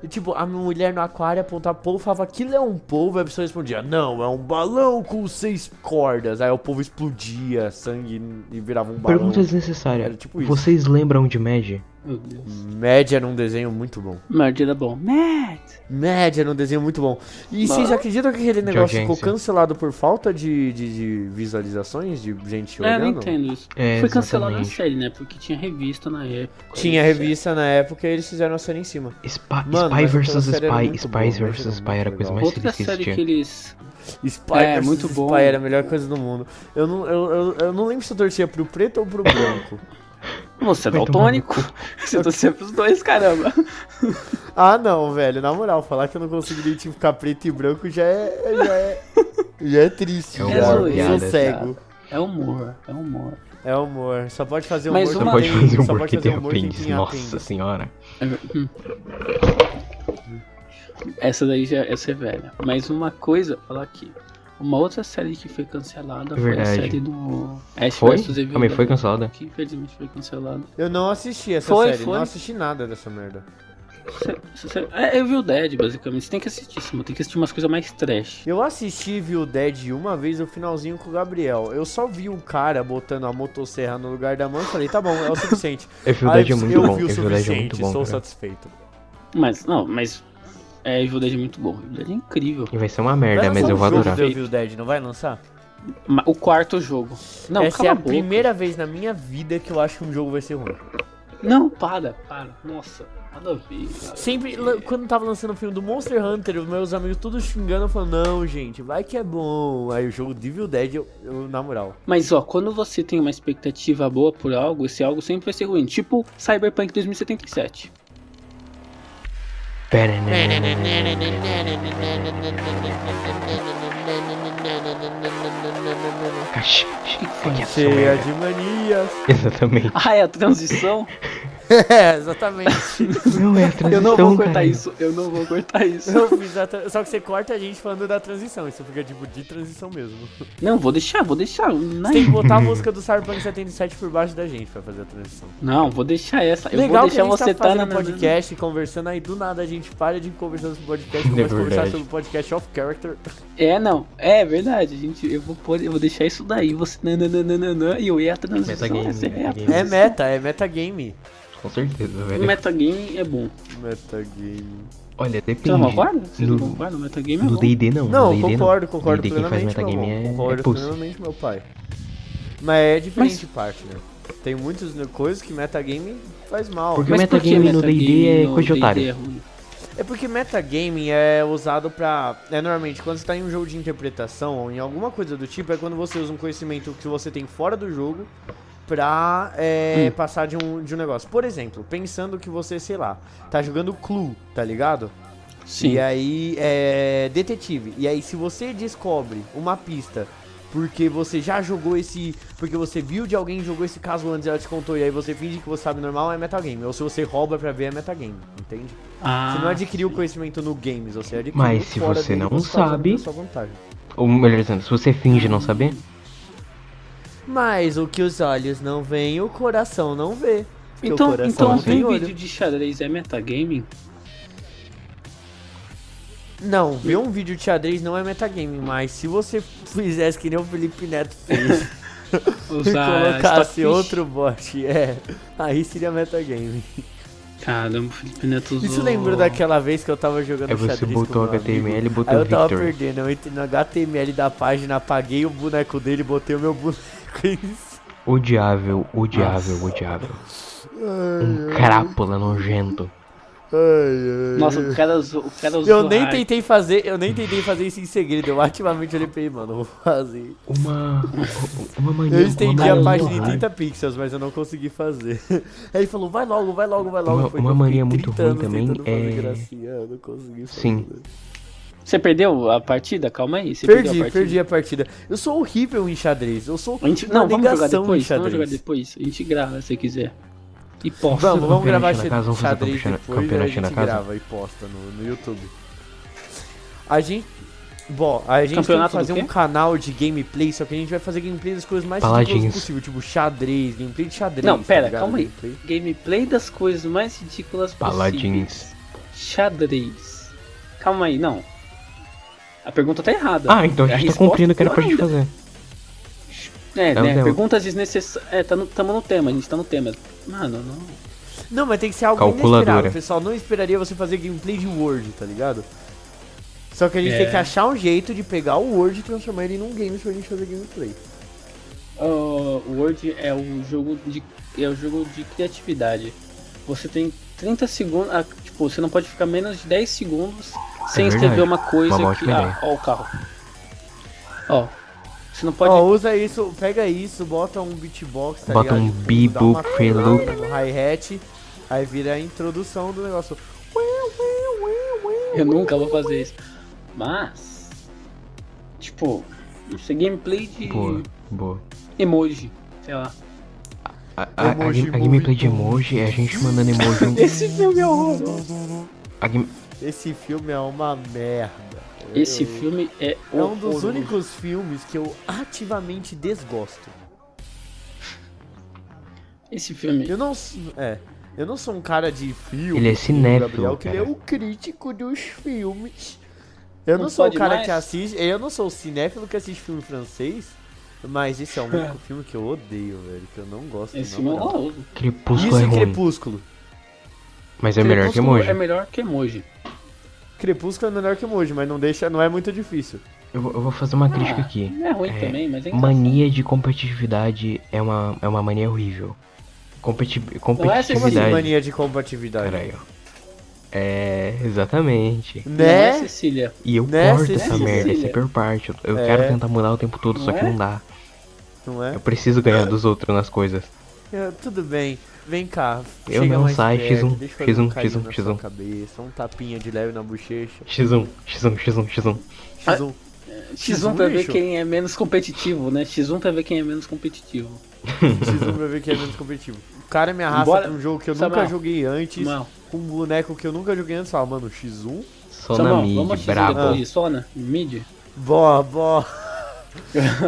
S2: E, tipo, a mulher no aquário apontava povo falava, aquilo é um povo, e a pessoa respondia, não, é um balão com seis cordas. Aí o povo explodia, sangue e virava um balão.
S3: Pergunta desnecessária.
S2: Era tipo isso.
S3: Vocês lembram de Mad?
S1: Meu Deus.
S2: Média era um desenho muito bom.
S1: Mad era bom. Mad!
S2: Média era um desenho muito bom. E vocês acreditam que aquele negócio ficou
S3: audiência.
S2: cancelado por falta de, de, de visualizações, de gente
S1: É, eu
S2: olhando?
S1: não entendo isso.
S3: É,
S1: Foi cancelada a
S3: exatamente.
S1: série, né? Porque tinha revista na época.
S2: Tinha
S1: Isso, é
S2: revista na época e eles fizeram a série em cima.
S1: né?
S3: Spa-
S2: Mano,
S3: Spy
S2: mas aquela
S3: vs
S2: série era
S3: Spy,
S2: muito boa,
S3: Spies
S2: mas
S3: vs
S2: era
S3: Spy era a
S2: muito
S3: coisa
S2: legal.
S3: mais
S1: Outra
S3: feliz que
S1: série
S3: existia.
S1: que eles.
S2: Spy
S1: É,
S2: versus
S1: muito bom.
S2: Spy era a melhor coisa do mundo. Eu não, eu, eu, eu não lembro se eu torcia pro preto ou pro branco.
S1: Você é
S3: Vai
S1: daltônico? Você torcia pros dois, caramba.
S2: ah, não, velho. Na moral, falar que eu não consigo identificar preto e branco já é. Já é, já é triste.
S3: É
S2: já.
S3: humor,
S2: eu
S3: piada. tá.
S2: sou cego.
S1: É humor, é humor.
S2: É humor. Só pode fazer humor
S1: Mas
S2: quem
S1: uma-
S3: Não pode
S2: tem-
S3: fazer um
S2: só
S3: humor
S2: pode
S3: que
S2: fazer um
S3: tem
S2: humor quem
S3: apêndice,
S2: tem
S3: nossa
S2: apêndice.
S3: senhora.
S1: É ver- hum. Essa daí já essa é velha. Mas uma coisa, vou falar aqui. Uma outra série que foi cancelada foi a
S3: Verdade.
S1: série do Ash
S3: Foi?
S1: vs Evil
S3: Também foi
S1: Dead,
S3: cancelada?
S1: Que infelizmente foi cancelada.
S2: Eu não assisti essa
S1: Foi,
S2: série,
S1: foi.
S2: não assisti nada dessa merda.
S1: Cê- cê- cê- É Evil Dead, basicamente. Você tem que assistir, sim, tem que assistir umas coisas mais trash.
S2: Eu assisti Viu Dead uma vez o finalzinho com o Gabriel. Eu só vi um cara botando a motosserra no lugar da mão e falei, tá bom, é o suficiente.
S3: Evil
S2: Aí
S3: Dead
S2: Ah,
S3: é
S2: eu-
S3: muito
S2: eu
S3: bom,
S2: vi o
S3: Evil Dead é muito
S2: suficiente,
S3: bom,
S2: estou
S3: cara.
S2: satisfeito.
S1: Mas, não, mas. É, Evil Dead é muito bom. Evil Dead é incrível.
S3: E vai ser uma merda,
S2: Vai
S3: mas
S2: lançar
S3: eu
S2: um
S3: vou
S2: jogo
S3: adorar.
S2: do Evil Dead, não vai lançar?
S1: Ma- O quarto jogo. Não,
S2: Essa é
S1: cala
S2: a
S1: a boca.
S2: primeira vez na minha vida que eu acho que um jogo vai ser ruim.
S1: Não, para, para. Nossa, nada a ver. cara.
S2: Sempre, la- quando tava lançando o filme do Monster Hunter, os meus amigos todos xingando, falando, não, gente, vai que é bom. Aí o jogo de Evil Dead, eu, eu, na moral.
S1: Mas ó, quando você tem uma expectativa boa por algo, esse algo sempre vai ser ruim. Tipo Cyberpunk 2077.
S3: Caixa. é
S2: Cheia de manias.
S3: Exatamente.
S1: Ah, é a transição?
S2: É, exatamente.
S3: Não é a transição,
S1: eu não vou cortar
S3: cara.
S1: isso, eu não vou cortar isso.
S2: Eu fiz a tra- Só que você corta a gente falando da transição. Isso fica tipo de transição mesmo. Você
S1: Não, vou deixar, vou deixar. Não,
S2: tem que botar a música do Cyberpunk 77 por baixo da gente pra fazer a transição.
S1: não vou deixar essa. Eu
S2: Legal
S1: vou
S2: que
S1: deixar
S2: a gente
S1: você
S2: tá
S1: tá
S2: fazendo
S1: na
S2: um podcast, conversando, aí do nada a gente para de conversar sobre podcast e
S3: É
S2: começa a conversar
S3: verdade.
S2: sobre podcast off character.
S1: É, não. É verdade, gente. Eu vou pôr, eu vou deixar isso daí. Você nananana e eu ia a transição.
S3: Metagame,
S1: essa é a
S3: metagame.
S2: É
S1: transição.
S2: meta, é metagame.
S3: Com certeza, velho.
S1: Metagame é bom.
S2: Metagame.
S3: Olha, depende.
S1: Você não concorda? Você não
S3: No-
S1: concorda? Metagame é
S3: No
S1: bom.
S3: D&D não.
S2: Não,
S3: no
S2: eu
S3: D&D
S2: concordo, concordo
S3: D&D quem faz
S2: plenamente, meu
S3: metagame
S2: irmão.
S3: é- é
S2: Concordo
S3: pussy.
S2: plenamente, meu pai. Mas é diferente, partner. Tem muitas coisas que metagame faz mal.
S3: Porque
S1: Mas
S3: o
S1: por que
S3: metagame no
S1: metagame
S3: D&D é
S1: no
S3: coisa de otário.
S1: D&D é ruim?
S2: É porque metagaming é usado pra. É normalmente quando você tá em um jogo de interpretação ou em alguma coisa do tipo, é quando você usa um conhecimento que você tem fora do jogo pra é, passar de um, de um negócio. Por exemplo, pensando que você, sei lá, tá jogando Clue, tá ligado?
S1: Sim.
S2: E aí, é. Detetive. E aí, se você descobre uma pista porque você já jogou esse. Porque você viu de alguém jogou esse caso antes e ela te contou, e aí você finge que você sabe normal, é metagame. Ou se você rouba pra ver, é metagame, entende?
S1: Ah,
S2: Você não é adquiriu conhecimento no games, você adquiriu
S3: Mas se
S2: fora
S3: você
S2: dele,
S3: não
S2: tá usando
S3: sabe-
S2: pra sua vantagem.
S3: Ou melhor dizendo, se você finge não saber,
S2: Mas o que os olhos não veem, o coração não vê. Porque o
S1: Então,
S2: coração
S1: então
S2: não tem
S1: tem
S2: olho.
S1: vídeo de xadrez é metagaming?
S2: Não, ver um vídeo de xadrez não é metagame, mas se você fizesse que nem o Felipe Neto fez e
S1: Usar
S2: colocasse
S1: Starfish?
S2: outro bot, é, aí seria metagame.
S1: Caramba, o Felipe Neto usou...
S2: Isso lembra daquela vez que eu tava jogando
S3: aí é você
S2: xadrez
S3: botou
S2: com meu amigo?
S3: HTML
S2: Aí
S3: e botou
S2: eu tava
S3: Victor.
S2: perdendo, eu entrei no HTML da página, apaguei o boneco dele e botei o meu boneco em cima.
S3: Odiável, odiável, odiável. Um crápula nojento.
S1: Nossa, o cara usou... O cara usou
S2: Eu nem
S1: a-
S2: tentei fazer, eu nem tentei fazer isso em segredo. Eu ativamente olhei pra ele, mano, vou fazer.
S3: Uma. Uma mania.
S2: Eu estendi a
S3: uma mania
S2: página em
S3: muito rara.
S2: 30 pixels, mas eu não consegui fazer. Aí ele falou, vai logo, vai logo, vai
S3: Uma-
S2: logo. Foi
S3: uma
S2: que eu fiquei
S3: mania muito
S2: 30
S3: ruim
S2: anos
S3: também
S2: tentando fazer
S3: é-
S2: gracinha, eu não consegui fazer.
S3: Sim.
S1: Você perdeu a partida? Calma aí. Você perdeu a
S2: Perdi,
S1: partida?
S2: perdi a partida. Eu sou horrível em xadrez. Eu sou
S1: A gente,
S2: uma
S1: não, vamos jogar
S2: negação em
S1: depois. Vamos
S2: xadrez.
S1: jogar depois. A gente grava se quiser. E posta.
S2: Vamos, vamos
S3: Campeonato
S2: gravar
S3: na
S2: xa-
S3: casa, vamos fazer
S2: xadrez
S3: campeonato-
S2: depois e a
S3: campeonato
S2: gente
S3: na casa?
S2: grava e posta no, no YouTube. A gente. Bom, a gente
S1: Campeonato
S2: tem que
S1: do
S2: fazer um
S1: quê?
S2: canal de gameplay, só que a gente vai fazer gameplay das coisas mais
S3: Paladins.
S2: ridículas possível, tipo xadrez, gameplay de xadrez. tá
S1: Não, pera,
S2: ligado?
S1: calma aí.
S2: Gameplay.
S1: Gameplay das coisas mais ridículas possíveis.
S3: Paladins.
S1: Xadrez. Calma aí, não. A pergunta tá errada.
S3: Ah, então a gente tá
S1: resposta
S3: cumprindo o que era pra gente
S1: pior
S3: fazer.
S1: É,
S3: Tá no
S1: né?
S3: tema.
S1: Perguntas desnecessárias. É, tá no, tamo no tema, a gente tá no tema. Mano, não.
S2: Não, mas tem que ser algo
S3: Calculadora.
S2: inesperado. O pessoal não esperaria você fazer gameplay de Word, tá ligado? Só que a gente
S1: É.
S2: tem que achar um jeito de pegar o Word e transformar ele num game pra gente fazer gameplay.
S1: Ah, O Word é um jogo de é um jogo de criatividade. Você tem 30 segundos, ah, tipo, você não pode ficar menos de 10 segundos sem
S3: É verdade.
S1: escrever uma coisa
S3: Uma
S1: que,
S3: ótima
S1: ah,
S3: ideia.
S1: ó o carro. Ó. Você não pode
S2: Ó, usa isso, pega isso, bota um beatbox, tá
S3: Bota
S2: ligado?
S3: um
S2: Tipo,
S3: bi,
S2: dá
S3: bu,
S2: uma
S3: pre,
S2: tocada
S3: loop.
S2: no hi-hat, aí vira a introdução do negócio.
S1: Eu nunca vou fazer isso. Mas tipo, não sei gameplay de
S3: Boa, boa.
S1: emoji, sei lá.
S3: A, a- a
S2: Emoji
S3: game- a gameplay de
S2: movie.
S3: emoji é a gente mandando emoji. um-
S1: Esse filme é horroroso.
S3: a game-
S2: Esse filme é uma merda.
S1: Esse
S2: Eu-
S1: filme é
S2: é um dos
S1: horroroso.
S2: únicos filmes que eu ativamente desgosto.
S1: Esse filme
S2: Eu não, s- é, eu não sou um cara de filme.
S3: Ele é
S2: como o
S3: cinéfilo,
S2: Gabriel, que ele é
S3: cara.
S2: o crítico dos filmes. Eu não,
S1: Não
S2: sou o
S1: pode
S2: cara
S1: mais?
S2: que assiste, eu não sou o cinéfilo que assiste filme francês, mas esse é o único filme que eu odeio, velho, que eu não gosto.
S1: esse
S2: na
S1: filme é
S2: moral.
S1: horroroso.
S3: Crepúsculo
S2: Isso
S3: é
S2: e
S3: ruim.
S2: Crepúsculo.
S3: Mas é melhor que
S1: Crepúsculo
S3: emoji.
S1: É melhor que emoji.
S2: Crepúsculo é melhor que Emoji, mas não deixa, não é muito difícil.
S3: Eu, vou- eu vou fazer uma crítica aqui.
S1: Não é ruim
S3: É,
S1: também, mas é engraçado.
S3: Mania de competitividade é uma, é uma mania horrível. Competi
S2: Como assim,
S1: Verdade.
S3: competitividade.
S2: mania de compatibilidade?
S3: Caralho. É, exatamente.
S1: Não é,
S2: Né?
S1: Cecília?
S3: E eu
S2: Né,
S3: corto
S2: Cecília?
S3: essa merda, essa é a pior parte. Eu, eu
S2: É.
S3: quero tentar mudar o tempo todo, só
S1: Não
S3: que
S1: é?
S3: não dá.
S2: Não é?
S3: Eu preciso ganhar dos outros nas coisas.
S2: É, Tudo bem, vem cá.
S3: Eu
S2: chega
S3: não,
S2: mais
S3: sai,
S2: perto,
S3: X1,
S2: deixa eu dar um
S3: X1,
S2: carinho na
S3: X1.
S2: sua Cabeça, um tapinha de leve na bochecha.
S3: X1, X1, X1, X1.
S2: X1.
S1: X1 pra ver
S2: bicho.
S1: quem é menos competitivo, né? X1 pra ver quem é menos competitivo.
S2: X1 pra ver que é menos competitivo. O cara me arrasta
S1: Bora-
S2: pra um jogo que eu
S1: Samuel.
S2: nunca joguei antes,
S1: Não.
S2: com um boneco que eu nunca joguei antes. Fala, mano, X1?
S3: Só na
S1: Samuel,
S3: mid,
S1: vamos a X1
S3: brabo.
S1: depois, só na mid.
S2: Boa, boa.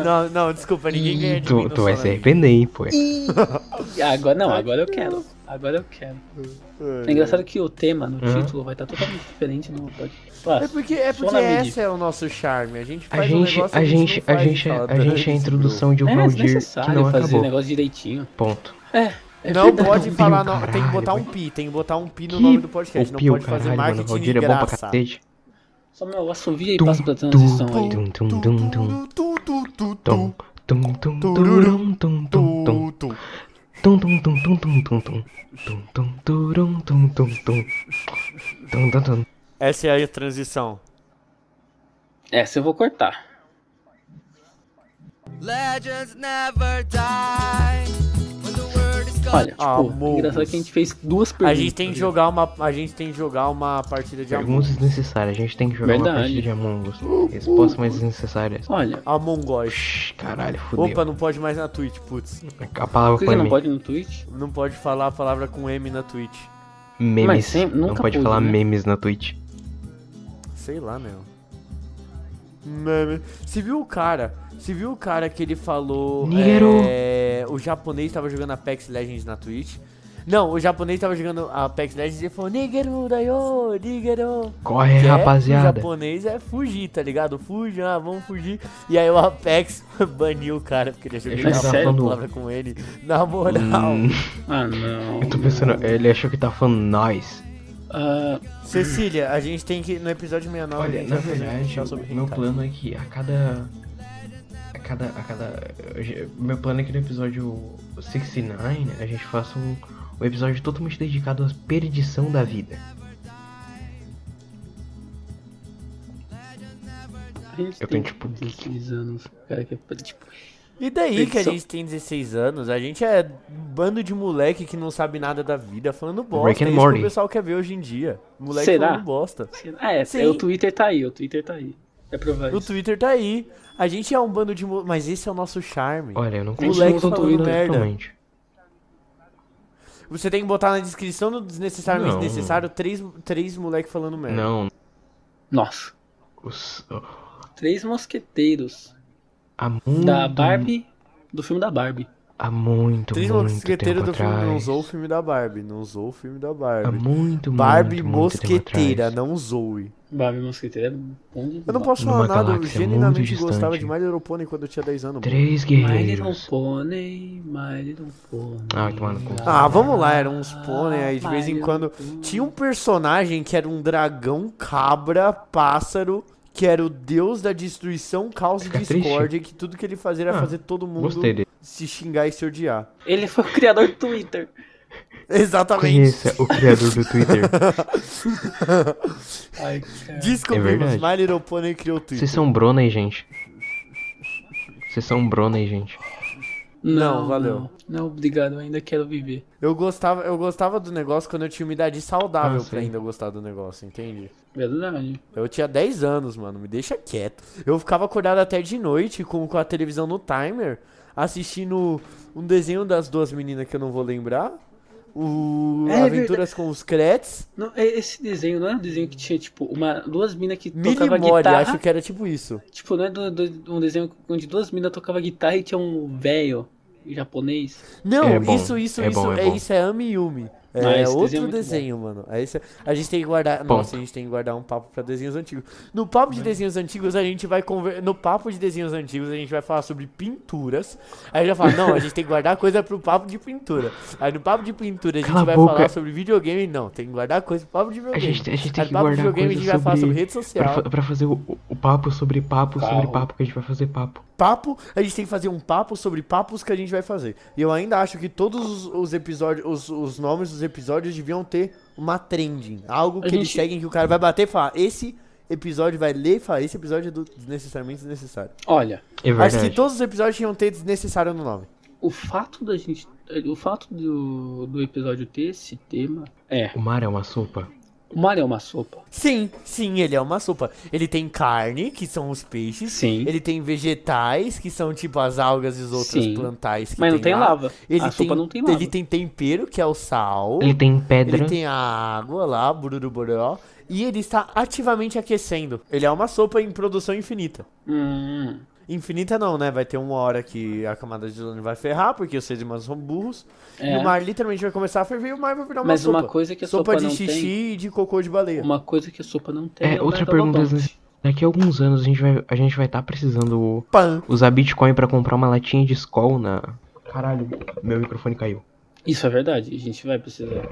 S2: não, não, desculpa, ninguém ganha
S3: Ih,
S2: de mim
S3: Tu,
S2: no
S3: tu vai
S2: Sonic.
S3: se arrepender, hein, pô.
S1: E Agora não, agora eu quero. Agora eu quero. É engraçado que o tema no
S3: Uhum.
S1: título vai estar totalmente diferente no podcast.
S2: É
S1: Ah,
S2: porque, é
S1: Só na
S2: porque
S1: mídia.
S2: esse é o nosso charme. A gente faz
S3: A
S2: um
S3: gente,
S2: negócio
S3: a
S2: que
S3: gente,
S2: não
S3: a
S2: faz e
S3: gente,
S2: fala,
S3: a gente é a
S2: "Dane-se,
S3: introdução de um
S1: é
S3: Valdir que
S1: desnecessário
S3: não
S1: fazer o
S3: acabou.
S1: negócio direitinho. É
S3: Ponto.
S2: bro." Não
S1: verdade.
S2: pode
S3: Não,
S2: falar,
S3: pio,
S2: não. tem que
S3: caralho,
S2: botar um
S3: mano.
S2: pi, tem que botar um pi no
S3: Que
S2: nome do podcast.
S3: O
S2: Não
S3: pio,
S2: pode fazer
S3: caralho, mano, o
S2: marketing de
S3: Valdir é bom pra
S2: graça.
S3: cacete.
S1: Samuel, assovia e
S3: Tum,
S1: passa pra
S3: tum,
S1: transição aí.
S3: Tum, tum, tum, tum,
S2: Tu, tu, tu, tu,
S3: tum. Tum, tum,
S2: Tururu.
S3: tururum, tum, tum, tum.
S2: tu, tu.
S3: Tum tum tum tum tum tum tum tum tum turum, tum tum tum tum tum tum
S2: Essa é a transição.
S1: Essa eu vou cortar.
S4: Legends never die. When the world is gone.
S1: Olha, tipo,
S2: Amor.
S1: engraçado que a gente fez duas
S2: A
S1: perguntas.
S2: gente tem que jogar uma, a gente tem que jogar uma partida de Among,
S3: né? Perguntas desnecessárias, a gente tem que jogar
S1: Verdade.
S3: uma partida de Among Us. Respostas mais desnecessárias.
S1: Olha,
S2: Among Us.
S3: Shhh, caralho, fudeu.
S2: Opa, não pode mais na Twitch, putz.
S3: A palavra
S1: por que que
S3: foi
S1: não
S3: meme.
S1: pode no Twitch?
S2: Não pode falar a palavra com M na Twitch.
S3: memes.
S1: Mas sempre-
S3: não
S1: nunca
S3: pode
S1: pôde,
S3: falar
S1: né?
S3: memes na Twitch.
S2: Sei lá, meu. Mano, se viu o cara, se viu o cara que ele falou
S3: Nigero.
S2: é, o japonês tava jogando Apex Legends na Twitch. Não, o japonês tava jogando Apex Legends e ele falou Nigeru dayo, Nigeru.
S3: Corre,
S2: Que é, O
S3: rapaziada.
S2: japonês é fugir, tá ligado? Fuja, ah, vamos fugir. E aí o Apex baniu o cara, porque ele achou que
S3: Ele
S2: ele
S1: tava
S2: tava falando
S3: falando-
S2: palavra com ele. Na
S1: é,
S2: moral,
S3: Hum,
S1: Ah, não.
S3: eu tô pensando, ele achou que tá falando nós.
S1: Ah,
S2: Cecília, a gente tem que, no episódio 69, a
S3: Olha,
S2: gente
S3: na
S2: vai fazer um
S3: verdade,
S2: especial sobre
S3: meu
S2: hentai.
S3: plano é que a cada. A cada. A cada. Meu plano é que no episódio 69 a gente faça um, um episódio totalmente dedicado à perdição da vida.
S1: a gente
S3: Eu
S1: tem
S3: tenho, tipo,
S1: 16 anos. Cara, que é, tipo,
S2: E daí que a
S1: Edição.
S2: gente tem 16 anos, a gente é bando de moleque que não sabe nada da vida, falando bosta.
S3: Rick and
S2: é isso
S3: Morty.
S2: que o pessoal quer ver hoje em dia. Moleque
S1: Será?
S2: falando bosta.
S1: ah, é,
S2: Sim.
S1: é, o Twitter tá aí, o Twitter tá aí. É provável.
S2: O Twitter tá aí. A gente é um bando de moleque, mas esse é o nosso charme.
S3: Olha, eu não
S1: gente
S3: consigo
S1: usa o
S3: falar
S1: Twitter.
S2: Merda.
S3: totalmente.
S2: Você tem que botar na descrição do desnecessariamente
S3: Não.
S2: necessário três, três moleque falando merda.
S3: Não,
S1: Nossa.
S3: os.
S1: Três mosqueteiros.
S3: Há muito.
S1: Da
S2: Hum.
S1: Barbie. Do filme da Barbie.
S3: Há muito,
S2: Três
S3: muito tempo
S2: mosqueteiros do filme não
S3: atrás.
S2: usou o filme da Barbie, não usou o filme da
S3: Há
S2: Barbie.
S3: muito,
S2: Barbie
S3: muito, muito tempo
S2: mosqueteira,
S3: atrás.
S2: não zoe.
S1: Barbie mosqueteira é bom de
S2: Eu não posso
S3: Numa
S2: falar nada, eu
S3: galáxia muito
S2: genuinamente
S3: distante.
S2: gostava de My Little Pony quando eu tinha 10 anos.
S3: Três
S1: My Little
S3: guerreiros.
S1: Pony, My Little Pony. Ah,
S3: Ah, vai tomar no cu.
S2: Ah, vamos lá, eram uns pônei aí de
S1: My
S2: vez em
S1: Little
S2: quando.
S1: Pony.
S2: Tinha um personagem que era um dragão, cabra, pássaro, que era o deus da destruição, caos e
S3: Fica
S2: discórdia, que tudo que ele fazia era
S3: Ah,
S2: fazer todo mundo
S3: Gostei dele.
S2: se xingar e se odiar.
S1: Ele foi o criador do Twitter.
S2: Exatamente.
S3: Conheça o criador do Twitter.
S1: Ai, cara.
S2: Descobrimos,
S3: É
S2: My Little Pony criou o Twitter.
S3: Vocês são Brona aí, gente. Vocês são Brona aí, gente.
S2: Não, valeu.
S1: Não, Não, obrigado, eu ainda quero viver.
S2: Eu gostava, eu gostava do negócio quando eu tinha uma idade saudável
S3: Ah, sim.
S2: pra ainda gostar do negócio, entende?
S1: Verdade.
S2: Eu tinha 10 anos, mano, me deixa quieto. Eu ficava acordado até de noite com, com a televisão no timer, assistindo um desenho das duas meninas que eu não vou lembrar. O
S1: É
S2: Aventuras com os Crets.
S1: Não, é- esse desenho não era um desenho que tinha, tipo, uma, duas minas que
S2: Mini
S1: tocavam
S2: Mori,
S1: guitarra.
S2: acho que era tipo isso.
S1: Tipo, não é do- do- um desenho onde duas minas tocavam guitarra e tinha um velho japonês.
S2: Não,
S3: É bom,
S2: isso, isso,
S3: é
S2: isso,
S3: bom,
S2: é,
S3: é bom.
S2: isso, é Ami Yumi. É
S1: Ah, esse desenho é
S2: outro
S1: muito
S2: desenho, mano. É isso, a gente tem que guardar.
S3: Bom.
S2: Nossa, a gente tem que guardar um papo pra desenhos antigos. No papo
S3: Né?
S2: de desenhos antigos, a gente vai conver... No papo de desenhos antigos, a gente vai falar sobre pinturas. Aí já fala, não, a gente tem que guardar coisa pro papo de pintura. Aí no papo de pintura a gente
S3: Cala a
S2: vai
S3: boca.
S2: falar sobre videogame. Não, tem que guardar coisa pro papo de
S3: A
S2: videogame.
S3: gente, a gente tem
S2: Aí
S3: que
S2: no papo de
S3: guardar
S2: videogame a gente
S3: coisas
S2: vai falar sobre
S3: sobre...
S2: rede social.
S3: Pra, fa- pra fazer o, o papo sobre papo sobre
S1: Carro.
S3: papo, que a gente vai fazer papo.
S2: papo, a gente tem que fazer um papo sobre papos que a gente vai fazer. E eu ainda acho que todos os, os episódios, os, os nomes dos episódios deviam ter uma trending. Algo que
S1: A
S2: eles
S1: gente-
S2: seguem que o cara vai bater e falar, esse episódio vai ler e falar, esse episódio é do desnecessariamente desnecessário.
S1: Olha,
S3: É
S2: Acho que
S3: verdade.
S2: todos os episódios tinham ter desnecessário no nome.
S1: o fato da gente. O fato do, do episódio ter esse tema é.
S3: O mar é uma sopa.
S1: O mar é uma sopa.
S2: Sim, sim, ele é uma sopa. Ele tem carne, que são os peixes.
S1: Sim.
S2: Ele tem vegetais, que são tipo as algas e os outros
S1: Sim.
S2: plantais que
S1: Mas não tem
S2: lá.
S1: lava.
S2: Ele
S1: a
S2: tem,
S1: sopa não tem lava.
S2: Ele tem tempero, que é o sal.
S3: Ele tem pedra.
S2: Ele tem a água lá, bururuboró, e ele está ativamente aquecendo. Ele é uma sopa em produção infinita.
S1: Hum,
S2: Infinita não, né? Vai ter uma hora que a camada de ozônio vai ferrar, porque os seres humanos são burros.
S1: é.
S2: E o mar literalmente vai começar a ferver e o mar vai virar uma
S1: Mas
S2: sopa.
S1: uma coisa que a sopa,
S2: sopa,
S1: não
S2: de xixi
S1: tem.
S2: e de cocô de baleia.
S1: Uma coisa que a sopa não tem.
S3: É,
S1: o
S3: outra
S1: Bartolomeu
S3: pergunta né?
S1: Bob.
S3: Daqui a alguns anos a gente vai a gente vai estar precisando
S2: Pan.
S3: usar Bitcoin pra comprar uma latinha de Skol na. Caralho, meu microfone caiu.
S1: Isso é verdade, a gente vai precisar.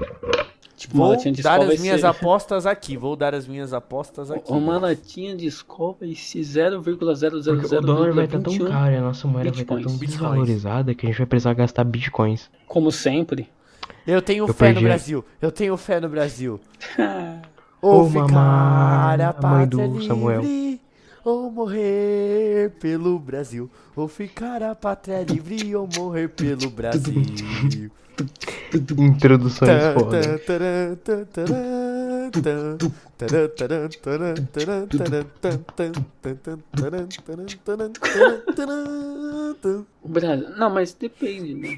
S1: Tipo, uma
S2: Vou
S1: latinha de
S2: dar
S1: escova
S2: as
S1: e
S2: minhas
S1: se-
S2: apostas aqui. Vou dar as minhas apostas aqui.
S1: Uma latinha de escova e se 0,00021
S3: Porque o dólar vai estar tão tá caro e a nossa moeda vai estar tão
S1: bitcoins.
S3: desvalorizada que a gente vai precisar gastar bitcoins.
S1: Como sempre.
S2: Eu tenho
S3: Eu
S2: fé
S3: perdi.
S2: no Brasil. Eu tenho fé no Brasil.
S3: Ô,
S2: Ou
S3: mamãe,
S2: ficar a
S3: mãe do
S2: pátria
S3: Samuel.
S2: livre, ou morrer pelo Brasil. Ou ficar a pátria livre, ou morrer pelo Brasil. Tá,
S3: Introduções foda. É
S1: O Brasil. Não, mas depende, né?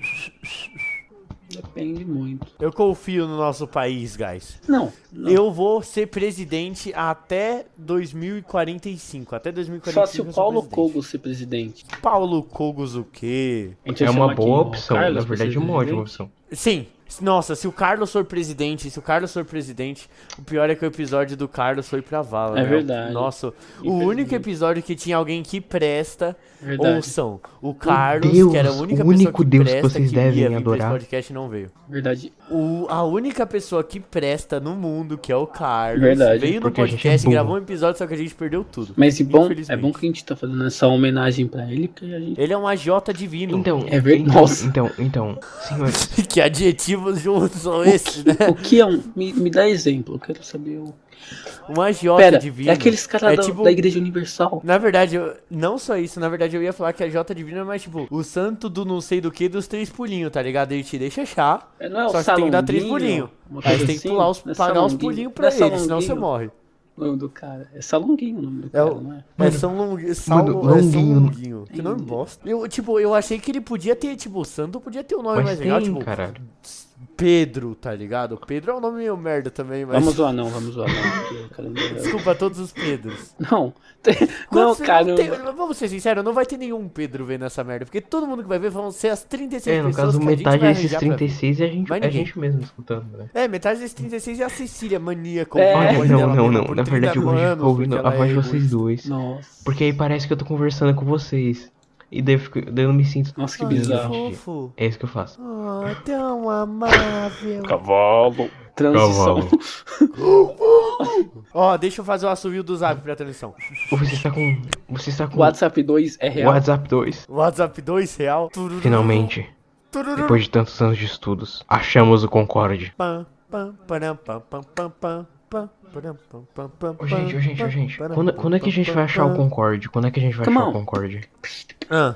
S1: Depende muito.
S2: Eu confio no nosso país, guys.
S1: Não, não.
S2: Eu vou ser presidente até 2045. Até 2045.
S1: Só se
S2: eu
S1: o
S2: sou
S1: Paulo
S2: presidente.
S1: Cogos ser presidente.
S2: Paulo Cogos o quê?
S1: A gente
S3: É
S1: vai
S3: uma
S1: chamar quem?
S3: boa
S1: O
S3: opção,
S1: Carlos
S3: na
S1: pra
S3: verdade
S1: ser
S3: é uma ótima
S1: presidente?
S3: opção.
S2: Sim. Nossa, se o Carlos for presidente, se o Carlos for presidente, o pior é que o episódio do Carlos foi pra vala.
S1: É
S2: né?
S1: verdade.
S2: Nossa, o
S1: Infelizmente.
S2: único episódio que tinha alguém que presta,
S1: Verdade.
S2: ouçam, o Carlos,
S3: Deus,
S2: que era a única pessoa
S3: o único
S2: que
S3: Deus que
S2: presta
S3: vocês
S2: que
S3: devem
S2: ia vir pra esse
S3: adorar.
S2: podcast não veio.
S1: Verdade.
S2: O- a única pessoa que presta no mundo, que é o Carlos,
S1: Verdade,
S2: veio no
S3: porque a gente é
S2: podcast,
S3: burro.
S2: gravou um episódio, só que a gente perdeu tudo.
S1: Mas e bom, é
S2: Infelizmente.
S1: bom que a gente tá fazendo essa homenagem pra ele, porque a gente.
S2: Ele é um agiota divino.
S3: Então,
S1: É ver-
S3: então,
S1: Nossa.
S3: então, então, senhores,
S2: que adjetivos juntos são esses, né?
S1: O que é um. Me, me dá exemplo, eu quero saber o.
S2: Um agiota
S1: Pera,
S2: divino.
S1: é aqueles caras
S2: É
S1: da,
S2: tipo-
S1: da Igreja Universal.
S2: Na verdade, eu- não só isso, na verdade eu ia falar que a Jota Divina é mais tipo o santo do não sei do que dos três pulinhos, tá ligado? Ele te deixa achar,
S1: É, Não é o
S2: só que tem que dar três
S1: Salonguinho,
S2: pulinhos.
S1: uma
S2: Aí
S1: coisa
S2: você tem que
S1: assim?
S2: pular os,
S1: Não é
S2: pagar os
S1: Salonguinho?
S2: pulinhos
S1: Não
S2: pra
S1: é
S2: ele, senão você
S1: Salonguinho?
S2: morre.
S1: O nome do cara. É Salonguinho o nome do
S2: É
S1: cara,
S2: o,
S1: não é?
S2: é São Longuinho. Sal,
S3: mano,
S2: é São
S3: Longuinho.
S2: Longuinho. Que nome bosta. Eu, tipo, eu achei que ele podia ter, tipo, o santo podia ter um nome
S3: mas
S2: mais legal,
S3: tem,
S2: tipo,
S3: cara.
S2: Pedro, tá ligado? Pedro é um nome meio merda também, mas.
S1: Vamos zoar não, vamos zoar não. porque o cara não é-
S2: Desculpa a todos os Pedros.
S1: Não, tem- não,
S2: Quantos-
S1: cara.
S2: tem-
S1: eu-
S2: vamos ser sinceros, não vai ter nenhum Pedro vendo essa merda. Porque todo mundo que vai ver vão ser as 36
S3: É, no
S2: pessoas
S3: caso,
S2: que a gente
S3: metade
S2: vai
S3: desses
S2: arranjar pra ver.
S3: 36 é a gente,
S2: Mas
S3: é a
S2: ninguém.
S3: gente mesmo escutando, né?
S2: É, metade desses 36 é a Cecília mania como
S1: É.
S2: a
S3: Olha,
S2: voz
S3: Ah, não,
S2: dela
S3: não,
S2: mesmo
S3: não.
S2: por
S3: Na
S2: 30
S3: verdade, eu
S2: anos,
S3: fico ouvindo
S2: porque
S3: a
S2: ela
S3: voz
S2: é
S3: de vocês
S2: egoísta.
S3: dois.
S1: Nossa.
S3: Porque aí parece que eu tô conversando com vocês. E daí eu, fico- daí eu me sinto.
S1: Nossa, que
S2: Ai,
S1: bizarro.
S2: que fofo.
S3: É isso que eu faço.
S2: Oh, tão amável.
S1: Cavalo. Transição.
S2: Ó, deixa eu fazer o assovio do zap pra transmissão.
S3: Ou você está com. Você está com.
S1: WhatsApp 2 é real.
S3: WhatsApp 2.
S2: WhatsApp 2 real. Tururu,
S3: Finalmente,
S2: tururu,
S3: depois de tantos anos de estudos, achamos o Concorde.
S2: pam, pam, param, pam, pam, pam, pam, pam, param, pam, pam, pam,
S3: Ô, gente, ô, gente, ô, gente.
S2: pam,
S3: Quando,
S2: pam,
S3: quando é que a
S2: pam,
S3: gente
S2: pam,
S3: vai achar o
S2: pam.
S3: Concorde? Quando é que a gente vai
S1: Come
S3: achar o
S1: on.
S3: Concorde?
S2: Ah,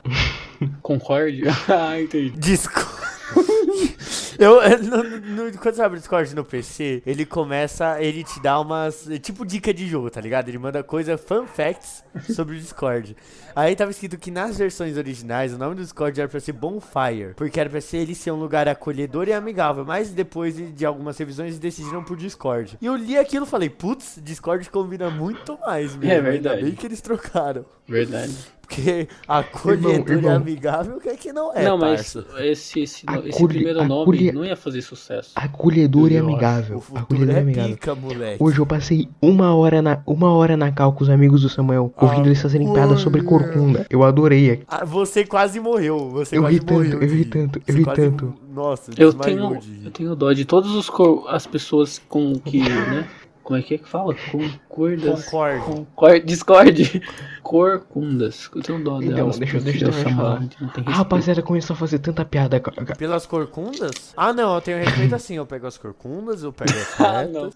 S1: Concorde? ah, entendi.
S2: Discord. Eu, eu- no, no- quando você abre o Discord no PC, ele começa, ele te dá umas, é tipo dica de jogo, tá ligado? Ele manda coisa, fun facts sobre o Discord. Aí tava escrito que nas versões originais, o nome do Discord era pra ser Bonfire, porque era pra ser ele ser um lugar acolhedor e amigável, mas depois de, de algumas revisões eles decidiram por Discord. E eu li aquilo e falei, putz, Discord combina muito mais, mesmo.
S1: É verdade.
S2: Ainda bem que eles trocaram.
S1: Verdade.
S2: Porque acolhedor
S3: Irmão, irmão.
S2: e amigável, o que é que não é,
S1: não, mas
S2: parça?
S1: esse, esse, no- esse
S3: Acolhe-
S1: primeiro nome
S3: acolhe-
S1: não ia fazer sucesso.
S3: Acolhedor e
S1: Nossa,
S2: O
S3: amigável.
S2: futuro
S3: Acolhedor e
S2: é
S3: amigável.
S2: pica, moleque.
S3: Hoje eu passei uma hora na, uma hora na cal com os amigos do Samuel, ouvindo eles fazerem piada sobre corcunda. Eu adorei.
S2: Ah, você quase morreu. Você
S3: Eu
S2: quase
S3: ri tanto,
S2: morreu
S3: eu
S2: de
S3: ri tanto, eu
S2: você
S3: ri
S2: quase
S3: tanto.
S2: mo- Nossa,
S1: Eu
S2: desmaiou
S1: tenho,
S2: de
S1: eu
S2: rir.
S1: tenho dó de todas os cor- as pessoas com que, né? Como é que é que fala? Concordas.
S2: Concordo.
S1: Concor Discord. Corcundas. Eu tenho dó
S3: Então,
S1: delas.
S3: deixa eu-
S1: porque
S3: deixa eu Ah,
S1: essa
S3: falar.
S1: maldade não tem
S3: A
S1: respeito.
S3: rapaziada começou a fazer tanta piada. ca- ca-
S2: Pelas corcundas? Ah, não, eu tenho respeito assim. Eu pego as corcundas, eu pego as
S1: Ah,
S2: retas.
S1: não.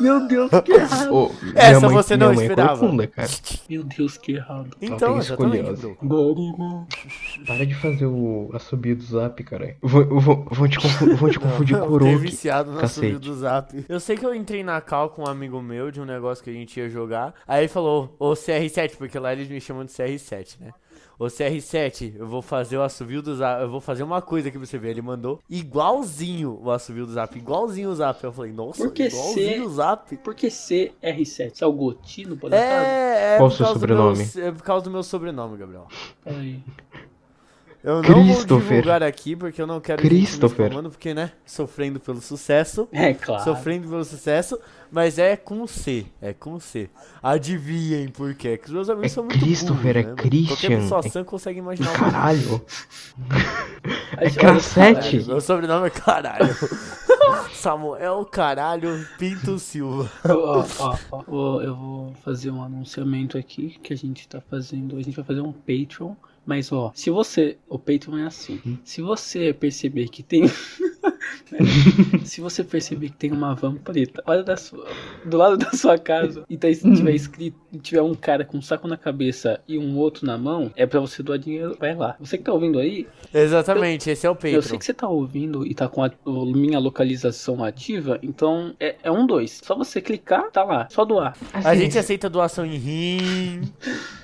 S1: Meu Deus, que errado.
S3: Ô,
S2: Ah, Essa
S3: minha mãe-
S2: você
S3: minha
S2: não
S3: mãe é
S2: esperava.
S3: corcunda, cara.
S1: Meu Deus, que errado.
S2: Então,
S3: É, tem
S2: exatamente,
S3: escoliose.
S2: bro.
S3: Para de fazer o assobio do zap, cara. Vão, vão, vão te, confu- vão te confundir
S2: Eu
S3: com o
S2: fiquei
S3: Orochi.
S2: viciado no
S3: Cacete.
S2: assunto do zap. Eu sei que eu entrei na cal com um amigo meu de um negócio que a gente ia jogar. Aí ele falou, ô CR7, porque lá eles me chamam de CR7, né? Ô CR7, eu vou fazer o assovio do zap. Eu vou fazer uma coisa aqui pra você ver. Ele mandou igualzinho o assovio do zap. Igualzinho o zap. Eu falei, nossa,
S1: Por que
S2: igualzinho
S1: ser?
S2: o zap.
S1: Por que CR7? É o Gotino, por acaso?
S2: É, é
S3: Qual o
S2: por
S3: seu
S2: causa do meu-
S3: sobrenome?
S2: é por causa do meu sobrenome, Gabriel.
S1: Peraí.
S2: Eu não vou
S3: Christopher.
S2: divulgar aqui porque eu não quero gente me
S3: Christopher.
S2: spamando, porque, né? Sofrendo pelo sucesso.
S1: É claro.
S2: Sofrendo pelo sucesso, mas é com C. É com C. Adivinhem por quê? Que os meus amigos
S3: É
S2: são muito
S3: Christopher, é
S2: burros, né?
S3: Christian,
S2: Qualquer pessoa
S3: é-
S2: sã consegue imaginar um o
S3: Caralho.
S1: Aí
S3: É
S1: você olha,
S3: cacete.
S2: Meu sobrenome é caralho. Samuel Caralho Pinto Silva.
S1: Ó, ó, ó, ó, eu vou fazer um anunciamento aqui que a gente tá fazendo. A gente vai fazer um Patreon. Mas ó, se você. O Patreon é assim. Se você perceber que tem. se você perceber que tem uma van preta olha da sua- do lado da sua casa e tá- se tiver escrito, e tiver um cara com um saco na cabeça e um outro na mão, é pra você doar dinheiro, vai lá. Você que tá ouvindo aí,
S2: Exatamente, esse é o
S1: eu
S2: Patreon.
S1: sei que você tá ouvindo e tá com a o- minha localização ativa, então é, é um dois. Só você clicar, tá lá. Só doar.
S2: A
S3: Assim,
S2: gente aceita doação em rim.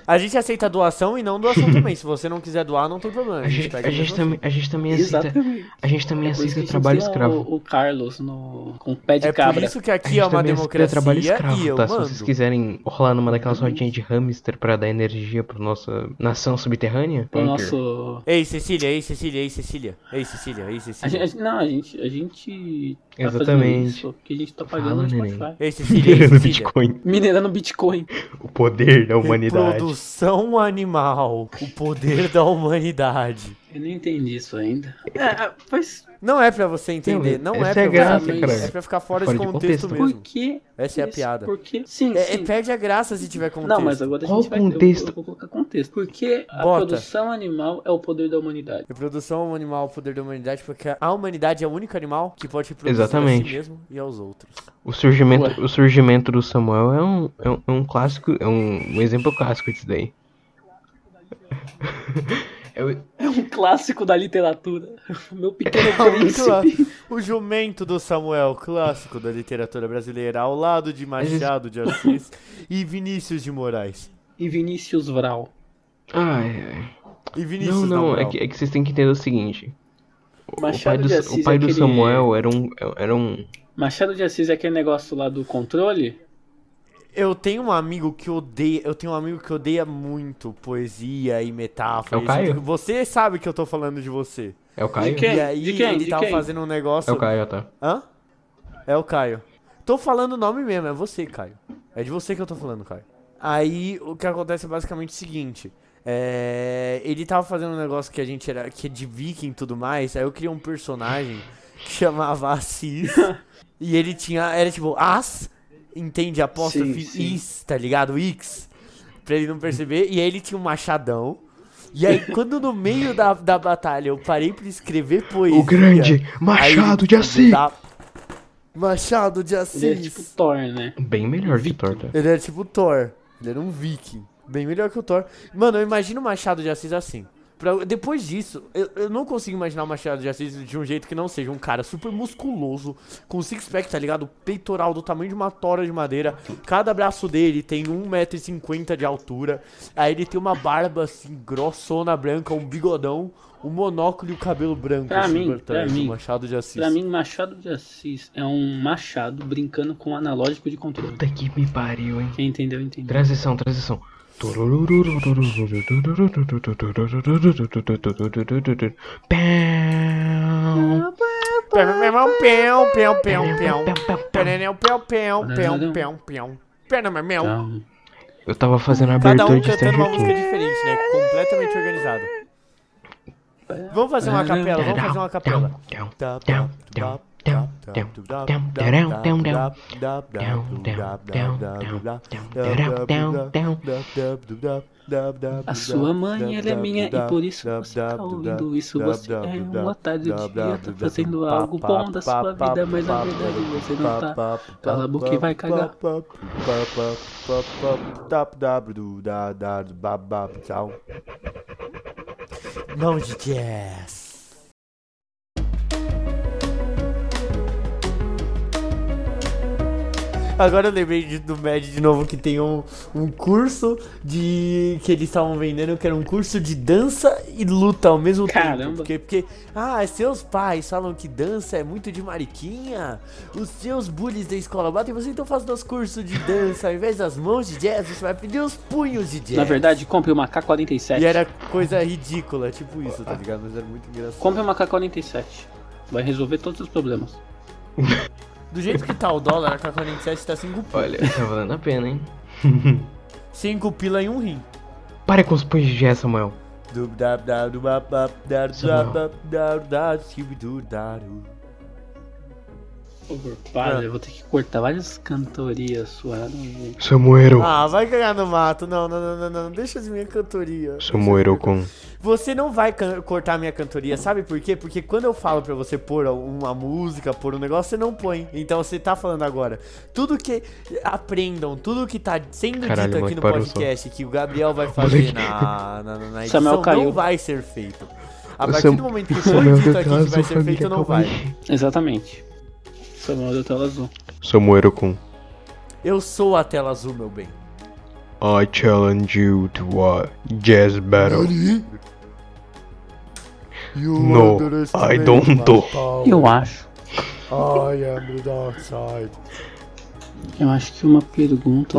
S2: A gente aceita doação e não doação também. Se você não quiser doar, não tem problema.
S3: a
S2: A gente
S3: gente,
S2: pega
S3: a gente
S2: pra
S3: também, a gente também aceita,
S1: Exatamente.
S3: a gente também
S1: É por isso que a
S3: aceita
S1: gente
S3: trabalho
S1: tem
S3: escravo.
S1: O, o Carlos no, com o pé de
S2: você. É por
S1: cabra.
S2: isso que
S3: A
S2: aqui
S3: gente
S2: é uma
S3: também aceita
S2: democracia
S3: trabalho
S2: e
S3: escravo,
S2: eu
S3: tá? Se
S2: mando.
S3: vocês quiserem rolar numa daquelas rodinhas de hamster pra dar energia pra nossa nação subterrânea.
S1: Pro
S3: Anchor.
S1: nosso.
S2: Ei, Cecília, ei, Cecília, ei, Cecília. Ei, Cecília, ei,
S1: A gente, a
S2: Cecília.
S1: gente- não, a gente. A gente tá
S3: Exatamente.
S1: fazendo isso porque a gente tá pagando
S3: Fala,
S1: no
S3: neném.
S1: Spotify.
S2: Ei, Cecília, ei,
S3: Minerando
S2: Cecília.
S3: Bitcoin.
S1: Minerando Bitcoin.
S3: O poder da humanidade.
S2: Reprodução animal. O poder da humanidade.
S1: Eu não entendi isso ainda. É, mas
S2: Não é pra você entender.
S3: Não,
S2: Não é
S3: essa
S2: pra
S3: é a
S2: você
S1: graça,
S2: entender.
S1: cara.
S2: É pra ficar fora,
S3: Fora
S2: de
S3: de
S2: contexto,
S3: contexto.
S1: por
S2: mesmo.
S1: que.
S2: Essa é a
S1: isso?
S2: piada.
S1: Por que? Sim,
S2: É- é-
S1: sim.
S2: perde a graça se tiver contexto.
S1: Não, mas agora a
S3: Qual
S1: gente vai. eu-
S3: contexto?
S1: Eu, vou colocar contexto. Porque a
S2: Bota.
S1: produção animal é o poder da humanidade.
S2: Reprodução animal, poder da humanidade, porque a humanidade é o único animal que pode reproduzir a
S3: Exatamente.
S2: si mesmo e aos outros.
S3: O surgimento,
S1: Ué.
S3: o surgimento do Samuel é um, é um, é um clássico, é um, um exemplo clássico disso daí. É o-
S1: É um clássico da literatura. Meu pequeno
S2: É Clá-
S1: príncipe.
S2: o jumento do Samuel, clássico da literatura brasileira, ao lado de
S3: Mas isso-
S2: Machado de Assis e Vinícius de Moraes.
S1: E Vinícius Vral.
S3: Ai, ai.
S2: E Vinícius
S3: Não, não,
S2: Cabral.
S3: é que, é que vocês têm que entender o seguinte. O- O pai
S1: Machado
S3: do,
S1: de
S3: o
S1: Assis
S3: pai
S1: é
S3: do
S1: aquele-
S3: Samuel era um, era um...
S1: Machado de Assis é aquele negócio lá do controle?
S2: Eu tenho um amigo que odeia, eu tenho um amigo que odeia muito poesia e metáfora.
S3: É o Caio?
S2: Você sabe que eu tô falando de você.
S3: É o Caio?
S1: De quem?
S2: E aí
S1: De quem?
S2: ele
S1: De
S2: tava
S1: quem?
S2: fazendo um
S3: É
S2: negócio.
S3: o Caio, tá.
S2: Hã? É o Caio. Tô falando o nome mesmo, é você, Caio. É de você que eu tô falando, Caio. Aí o que acontece é basicamente o seguinte. É... Ele tava fazendo um negócio que a gente era. que é de viking e tudo mais. Aí eu criei um personagem que chamava Assis. e ele tinha. Era tipo, As, entende? Apóstrofe
S1: Sim, sim.
S2: Is, tá ligado? Ix. Pra ele não perceber. E aí ele tinha um machadão. E aí, quando no meio da, da batalha eu parei pra escrever poesia.
S3: O grande Machado
S2: Aí,
S3: de Assis!
S2: da- Machado de Assis.
S1: Ele é tipo Thor, né?
S3: Bem melhor tá? que torta.
S2: Ele era tipo Thor. Ele era um viking. Bem melhor que o Thor. Mano, eu imagino o Machado de Assis assim. Pra- depois disso, eu, eu não consigo imaginar o Machado de Assis de um jeito que não seja um cara super musculoso, com six-pack, tá ligado? Peitoral do tamanho de uma tora de madeira. Cada braço dele tem 1,50m de altura. Aí ele tem uma barba assim, grossona, branca, um bigodão, um monóculo e o cabelo branco.
S1: Pra
S2: assim,
S1: mim,
S2: por trás
S1: pra
S2: do
S1: mim.
S2: Machado de Assis.
S1: Pra mim, Machado de Assis é um machado brincando com um analógico de controle.
S3: Puta que me pariu, hein.
S1: Quem entendeu, entendeu.
S3: Transição, transição. Pam.
S2: Peão, peão, peão, peão. Perenel, peão, peão, peão,
S1: Perenel.
S2: peão, peão. Perenel, peão.
S1: Então,
S3: Eu tava fazendo a
S2: Cada
S3: abertura
S2: um
S3: de
S2: cantando uma
S3: Stranger
S2: música
S3: Things.
S2: diferente, né? Completamente organizado. Vamos fazer uma capela, vamos fazer uma capela.
S1: a sua mãe, ela é minha e por isso você tá ouvindo isso. Você é um otário, devia tá fazendo algo bom da sua vida, mas na verdade você não tá. Cala a boca e vai cagar.
S2: Mão de jazz. Agora eu lembrei de- do MED de novo que tem um, um curso de. que eles estavam vendendo, que era um curso de dança e luta ao mesmo tempo.
S1: Caramba.
S2: Porque, porque, ah, seus pais falam que dança é muito de mariquinha. Os seus bullies da escola batem você, então faz nosso curso de dança. Ao invés das mãos de jazz, você vai aprender os punhos de jazz.
S1: Na verdade, compre uma
S2: E
S1: K-47.
S2: era coisa ridícula, tipo isso, tá ligado? Mas era muito engraçado.
S1: Compre uma K-47. Vai resolver todos os problemas.
S2: Do jeito que tá o dólar, a K47 tá 5 pila.
S3: Olha, tá valendo a pena, hein?
S2: 5 pila em um rim.
S3: Para com os punhos de jazz, Samuel.
S2: Dub, dab, dab, dub, dab, dab, dab,
S3: Samuel.
S2: dab, dab, dab, dab, dab, dab, dab.
S1: Ô, Para, eu vou ter que cortar várias cantorias suadas. gente.
S3: Samuel.
S2: Ah, vai cagar no mato. Não, não, não, não, não. Deixa as minhas cantorias.
S3: Samuel com.
S2: Você não vai can- cortar a minha cantoria, sabe por quê? Porque quando eu falo pra você pôr uma música, pôr um negócio, você não põe. Então você tá falando agora. Tudo que aprendam, tudo que tá sendo
S3: Caralho,
S2: dito aqui
S3: moleque,
S2: no
S3: parou o
S2: podcast, que o Gabriel vai fazer
S3: Moleque.
S2: na, na, na, na edição,
S1: Samuel
S2: não
S1: caiu.
S2: vai ser feito. A
S3: O
S2: partir
S3: Sam-
S2: do momento que foi
S3: Samuel
S2: dito
S3: deu
S2: aqui que
S3: telas
S2: vai
S3: do
S2: ser feito,
S3: família
S2: não vai.
S1: Exatamente. Samuel da tela azul.
S3: Samuel com.
S2: Eu sou a tela azul, meu bem.
S3: I challenge you to a jazz battle. No, I don't do.
S1: Eu acho.
S2: I am the dark side.
S1: Eu acho que uma pergunta.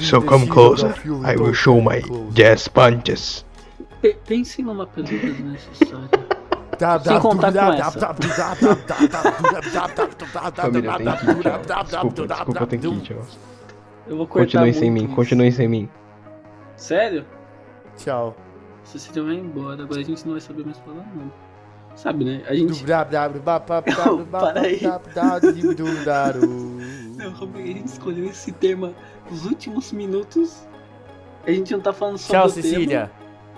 S3: So come closer. I will show my jazz punches.
S1: Pe- Pense numa pergunta desnecessária.
S2: Sem
S1: Sem contar com essa.
S3: Família, tem que ir, tchau. Desculpa, desculpa, eu tenho que ir, tchau.
S1: Eu vou cortar.
S3: Continuem sem
S1: muito
S3: mim,
S1: isso.
S3: continuem sem mim.
S1: Sério?
S2: Tchau.
S1: Se você vai embora, agora a gente não vai saber mais falar não. Sabe, né? A gente. Para aí. Não, Robert, a gente escolheu esse tema nos últimos minutos. A gente não tá falando só
S2: Tchau,
S1: do tema.
S2: Cecília.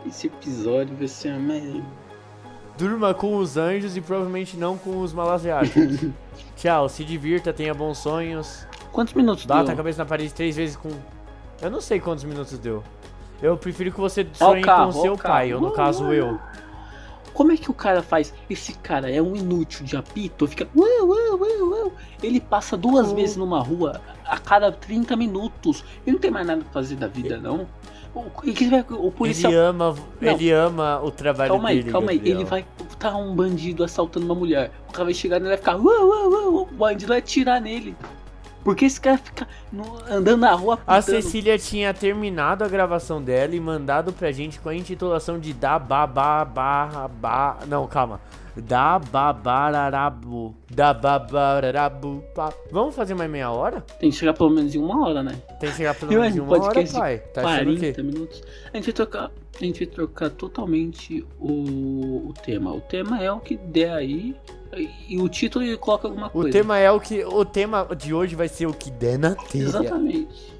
S1: Esse episódio vai ser uma merda.
S2: Durma com os anjos e provavelmente não com os malasiáticos. Tchau, se divirta, tenha bons sonhos.
S1: Quantos minutos
S2: Bata a
S1: deu?
S2: cabeça na parede três vezes com. Eu não sei quantos minutos deu. Eu prefiro que você
S1: Ó o
S2: sonhe
S1: carro,
S2: com
S1: ó
S2: seu
S1: o carro. Uh,
S2: pai, ou no
S1: Não,
S2: caso
S1: não,
S2: eu.
S1: Como é que o cara faz? Esse cara é um inútil de apito, fica. ué, ué, ué, ué. Ele passa duas vezes numa rua a cada 30 minutos. Ele não tem mais nada pra fazer da vida, não. O, e que vai- o policial.
S2: Ele ama, ele ama o trabalho
S1: Calma aí,
S2: dele.
S1: calma aí.
S2: Gabriel.
S1: Ele vai. Tá um bandido assaltando uma mulher. O cara vai chegar nele e vai ficar. "Ué, ué, ué", O bandido vai atirar nele. Porque esse cara fica no- andando na rua
S2: A
S1: apitando.
S2: Cecília tinha terminado a gravação dela e mandado pra gente com a intitulação de Da Babarabá. Não, calma. Da Babararabu. Da Babararabu. pá. Vamos fazer mais meia hora?
S1: Tem que chegar pelo menos em uma hora, né?
S2: Tem que chegar pelo
S1: Eu
S2: menos em
S1: acho
S2: uma hora,
S1: podcast de
S2: pai. Tá achando o quê?
S1: 40 minutos. A gente vai trocar, a gente vai trocar totalmente o, o tema. O tema é o que der aí. E o título ele coloca alguma
S2: O
S1: coisa.
S2: tema é o que. O tema de hoje vai ser o que der na telha.
S1: Exatamente.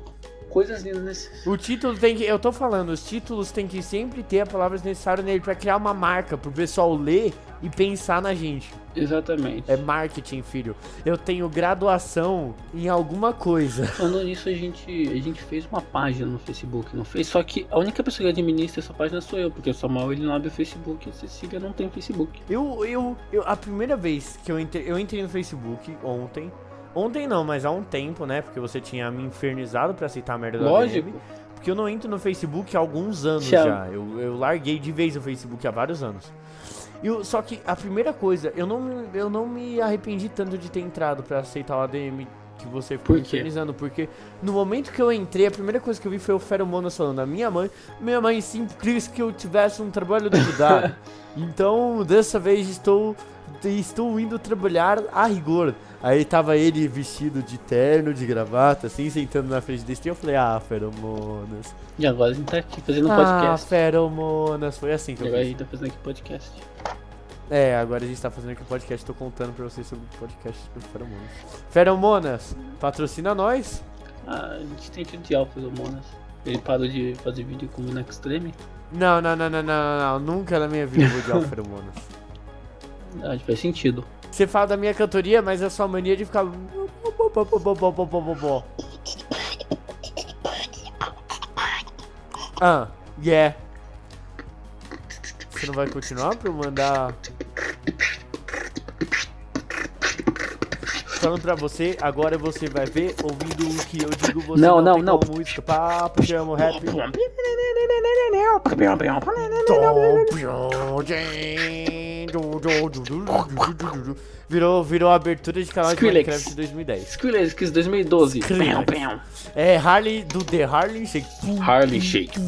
S1: Coisas lindas nesse.
S2: O título tem que. Eu tô falando, os títulos tem que sempre ter a palavra necessária nele pra criar uma marca, pro pessoal ler e pensar na gente.
S1: Exatamente.
S2: É marketing, filho. Eu tenho graduação em alguma coisa.
S1: Falando nisso, a gente, a gente fez uma página no Facebook, não fez? Só que a única pessoa que administra essa página sou eu, porque o Samuel ele não abre o Facebook e a Cecília não tem Facebook.
S2: Eu, eu, eu a primeira vez que eu entrei, eu entrei no Facebook ontem. Ontem não, mas há um tempo, né? Porque você tinha me infernizado pra aceitar a merda da DM.
S1: Lógico.
S2: Porque eu não entro no Facebook há alguns anos
S1: Tchau.
S2: já. Eu, eu larguei de vez o Facebook há vários anos. E o- só que a primeira coisa, eu não, eu não me arrependi tanto de ter entrado pra aceitar o ADM que você ficou
S1: Por quê?
S2: infernizando, porque no momento que eu entrei, a primeira coisa que eu vi foi o Feromonas falando, a minha mãe, minha mãe sempre quis que eu tivesse um trabalho de mudar. então, dessa vez estou estou indo trabalhar a rigor. Aí tava ele vestido de terno, de gravata, assim, sentando na frente desse, e eu falei: "Ah, feromonas".
S1: E agora a gente tá aqui fazendo
S2: Ah,
S1: podcast.
S2: feromonas. Foi assim que eu
S1: Agora a
S2: fiz.
S1: gente tá fazendo aqui podcast.
S2: É, agora a gente tá fazendo aqui o podcast, tô contando pra vocês sobre o podcast do feromonas. Feromonas, patrocina nós.
S1: Ah, a gente tem que odiar o Feromonas. Ele parou de fazer vídeo com o Mina Extreme.
S2: Não, não, não, não, não, não, não. nunca na minha vida eu vou odiar o feromonas.
S1: Ah, faz sentido.
S2: Você fala da minha cantoria, mas a sua mania de ficar Ah, yeah. Você não vai continuar pra eu mandar. Falando pra você, agora você vai ver, ouvindo o que eu digo, você
S1: Não, não,
S2: tem
S1: não.
S2: como escapar, porque eu amo rap. Virou, virou a abertura de canal de
S1: Skrillex.
S2: Minecraft de 2010.
S1: Skrillex Kiss 2012.
S2: Skrillex.
S1: Pam, pam.
S2: É Harley do The Harley Shake.
S1: Harley Shake.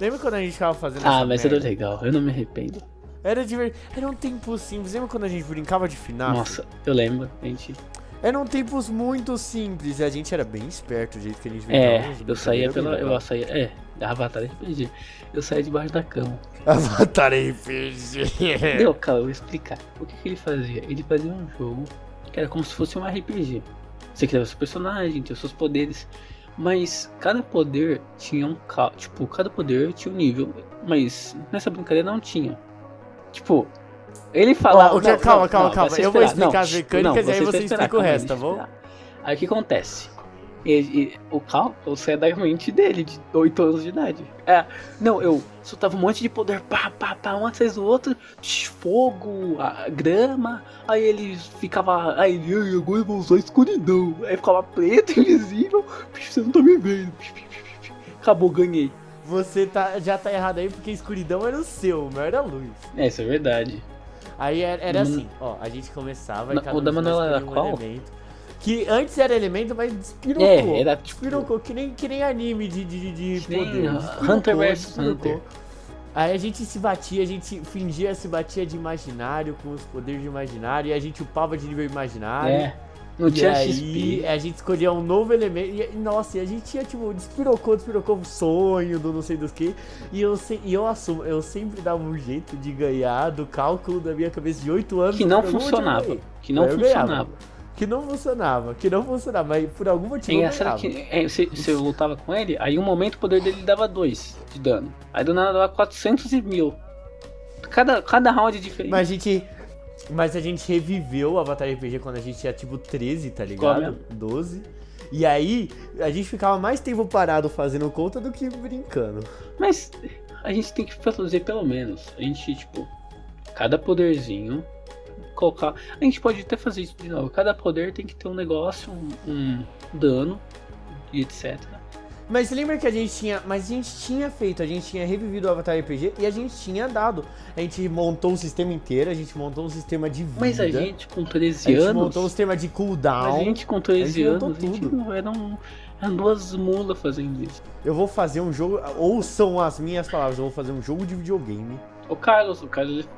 S2: Lembra quando a gente tava fazendo
S1: Ah,
S2: essa
S1: mas era
S2: merda?
S1: legal, eu não me arrependo.
S2: Era divertido. Era um tempo simples. Lembra quando a gente brincava de final?
S1: Nossa, eu lembro, gente.
S2: Eram tempos muito simples e a gente era bem esperto do jeito que a gente
S1: É,
S2: brincava, né?
S1: eu
S2: brincadeira
S1: saía
S2: bem
S1: pela.
S2: legal.
S1: Eu saía. É, Avatar RPG. Eu saía debaixo da cama.
S2: Avatar RPG. É.
S1: Deu, cara, eu vou explicar. O que, que ele fazia? Ele fazia um jogo que era como se fosse um RPG. Você criava seu personagem, tinha seus poderes, mas cada poder tinha um ca- tipo, cada poder tinha um nível, mas nessa brincadeira não tinha. Tipo, ele falava,
S2: Ó, o que-
S1: "Não,
S2: calma,
S1: não,
S2: calma,
S1: não,
S2: calma,
S1: vai se
S2: eu vou
S1: esperar."
S2: explicar as
S1: shh,
S2: mecânicas e aí
S1: vai
S2: você
S1: se
S2: explica
S1: esperar,
S2: o
S1: calma,
S2: resto,
S1: deixa eu
S2: tá bom?
S1: esperar. Aí o que acontece? E- e- o cálculo sai da mente dele, de 8 anos de idade. É, não, eu soltava um monte de poder, pá, pá, pá, um atrás do outro, tch, fogo, a- grama, aí ele ficava, aí ele, "Ai, agora eu vou usar escuridão. Aí ficava preto, invisível, "Pish, você não tá me vendo. pish, pish, pish, pish. Acabou, ganhei.
S2: Você tá, já tá errado aí porque escuridão era o seu, o meu era a luz.
S1: É, isso é verdade.
S2: Aí era, era
S1: Hum.
S2: assim, ó, a gente começava
S1: Na-
S2: e cada
S1: o da
S2: um
S1: Manuela
S2: escolhia
S1: era
S2: um
S1: qual?
S2: elemento. Que antes era elemento, mas despirocou.
S1: É, era tipo-
S2: Despirocou, que nem, que nem anime de, de, de de
S1: Que nem
S2: poder. Despirocou,
S1: Hunter versus
S2: despirocou.
S1: Hunter.
S2: Aí a gente se batia, a gente fingia se batia de imaginário, com os poderes de imaginário, e a gente upava de nível imaginário.
S1: É. Não
S2: E
S1: tinha
S2: aí
S1: XP.
S2: a gente escolhia um novo elemento. E, e, nossa, e a gente tinha, tipo, despirocou, despirocou o sonho do não sei dos que. E eu, se- e eu assumo, eu sempre dava um jeito de ganhar do cálculo da minha cabeça de 8 anos.
S1: Que não
S2: por algum motivo eu
S1: funcionava.
S2: ganhei.
S1: Que não
S2: Aí eu ganhava.
S1: funcionava.
S2: Que não funcionava, que não funcionava, mas por algum
S1: É
S2: motivo eu ganhava.
S1: engraçado que é, você, você lutava com ele, aí um momento o poder dele dava 2 de dano. Aí do nada dava 400 e mil. Cada, cada round é diferente.
S2: Mas a gente. Mas a gente reviveu o Avatar RPG quando a gente tinha tipo 13, tá
S1: Ficou
S2: ligado? 12. E aí, a gente ficava mais tempo parado fazendo conta do que brincando.
S1: Mas a gente tem que produzir pelo menos. A gente, tipo, cada poderzinho, colocar. A gente pode até fazer isso de novo. Cada poder tem que ter um negócio, um, um dano e etc.
S2: Mas você lembra que a gente tinha. Mas a gente tinha feito, a gente tinha revivido o Avatar RPG e a gente tinha dado. A gente montou o sistema inteiro, a gente montou um sistema de vida.
S1: Mas a gente com
S2: a
S1: 13
S2: gente
S1: anos.
S2: montou um sistema de
S1: Mas a
S2: cooldown.
S1: gente com 13
S2: a gente montou
S1: anos, a gente
S2: tudo.
S1: não era um. Eram duas mulas fazendo isso.
S2: Eu vou fazer um jogo. Ou são as minhas palavras, eu vou fazer um jogo de videogame
S1: O Carlos, o Carlos ele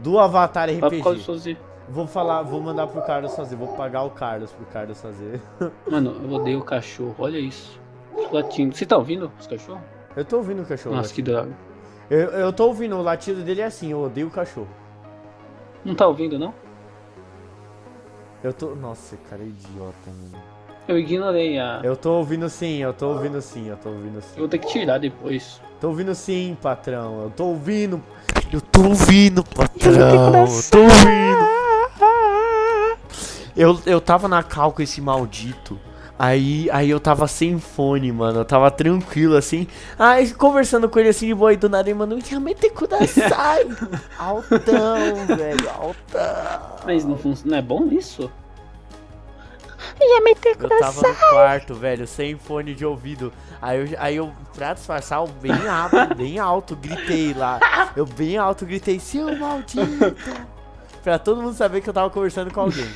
S2: do Avatar
S1: vai por causa de
S2: RPG.
S1: suas
S2: Vou falar, vou mandar pro Carlos fazer, vou pagar o Carlos pro Carlos fazer.
S1: Mano, eu odeio cachorro, olha isso. Os latindo. Você tá ouvindo os cachorros?
S2: Eu tô ouvindo o cachorro.
S1: Nossa, que droga.
S2: Eu, eu tô ouvindo, o latido dele é assim, eu odeio o cachorro.
S1: Não tá ouvindo, não?
S2: Eu tô. Nossa, cara é idiota, mano.
S1: Eu ignorei a. Eu,
S2: Eu tô ouvindo sim, eu tô ouvindo sim, eu tô ouvindo sim.
S1: vou ter que tirar depois.
S2: Tô ouvindo sim, patrão. Eu tô ouvindo. Eu tô ouvindo, patrão. Eu tô
S1: coração.
S2: ouvindo. Eu, eu tava na cal com esse maldito. Aí, aí eu tava sem fone, mano. Eu tava tranquilo, assim. Aí, conversando com ele, assim, de boa. E do nada, ele mandou... Yamete kudasai. Altão, velho. Altão.
S1: Mas não, fun- não é bom isso?
S2: Eu tava no quarto, velho, sem fone de ouvido. Aí eu, aí eu pra disfarçar, eu bem rápido, bem alto, gritei lá. Eu bem alto gritei, seu maldito! Pra todo mundo saber que eu tava conversando com alguém.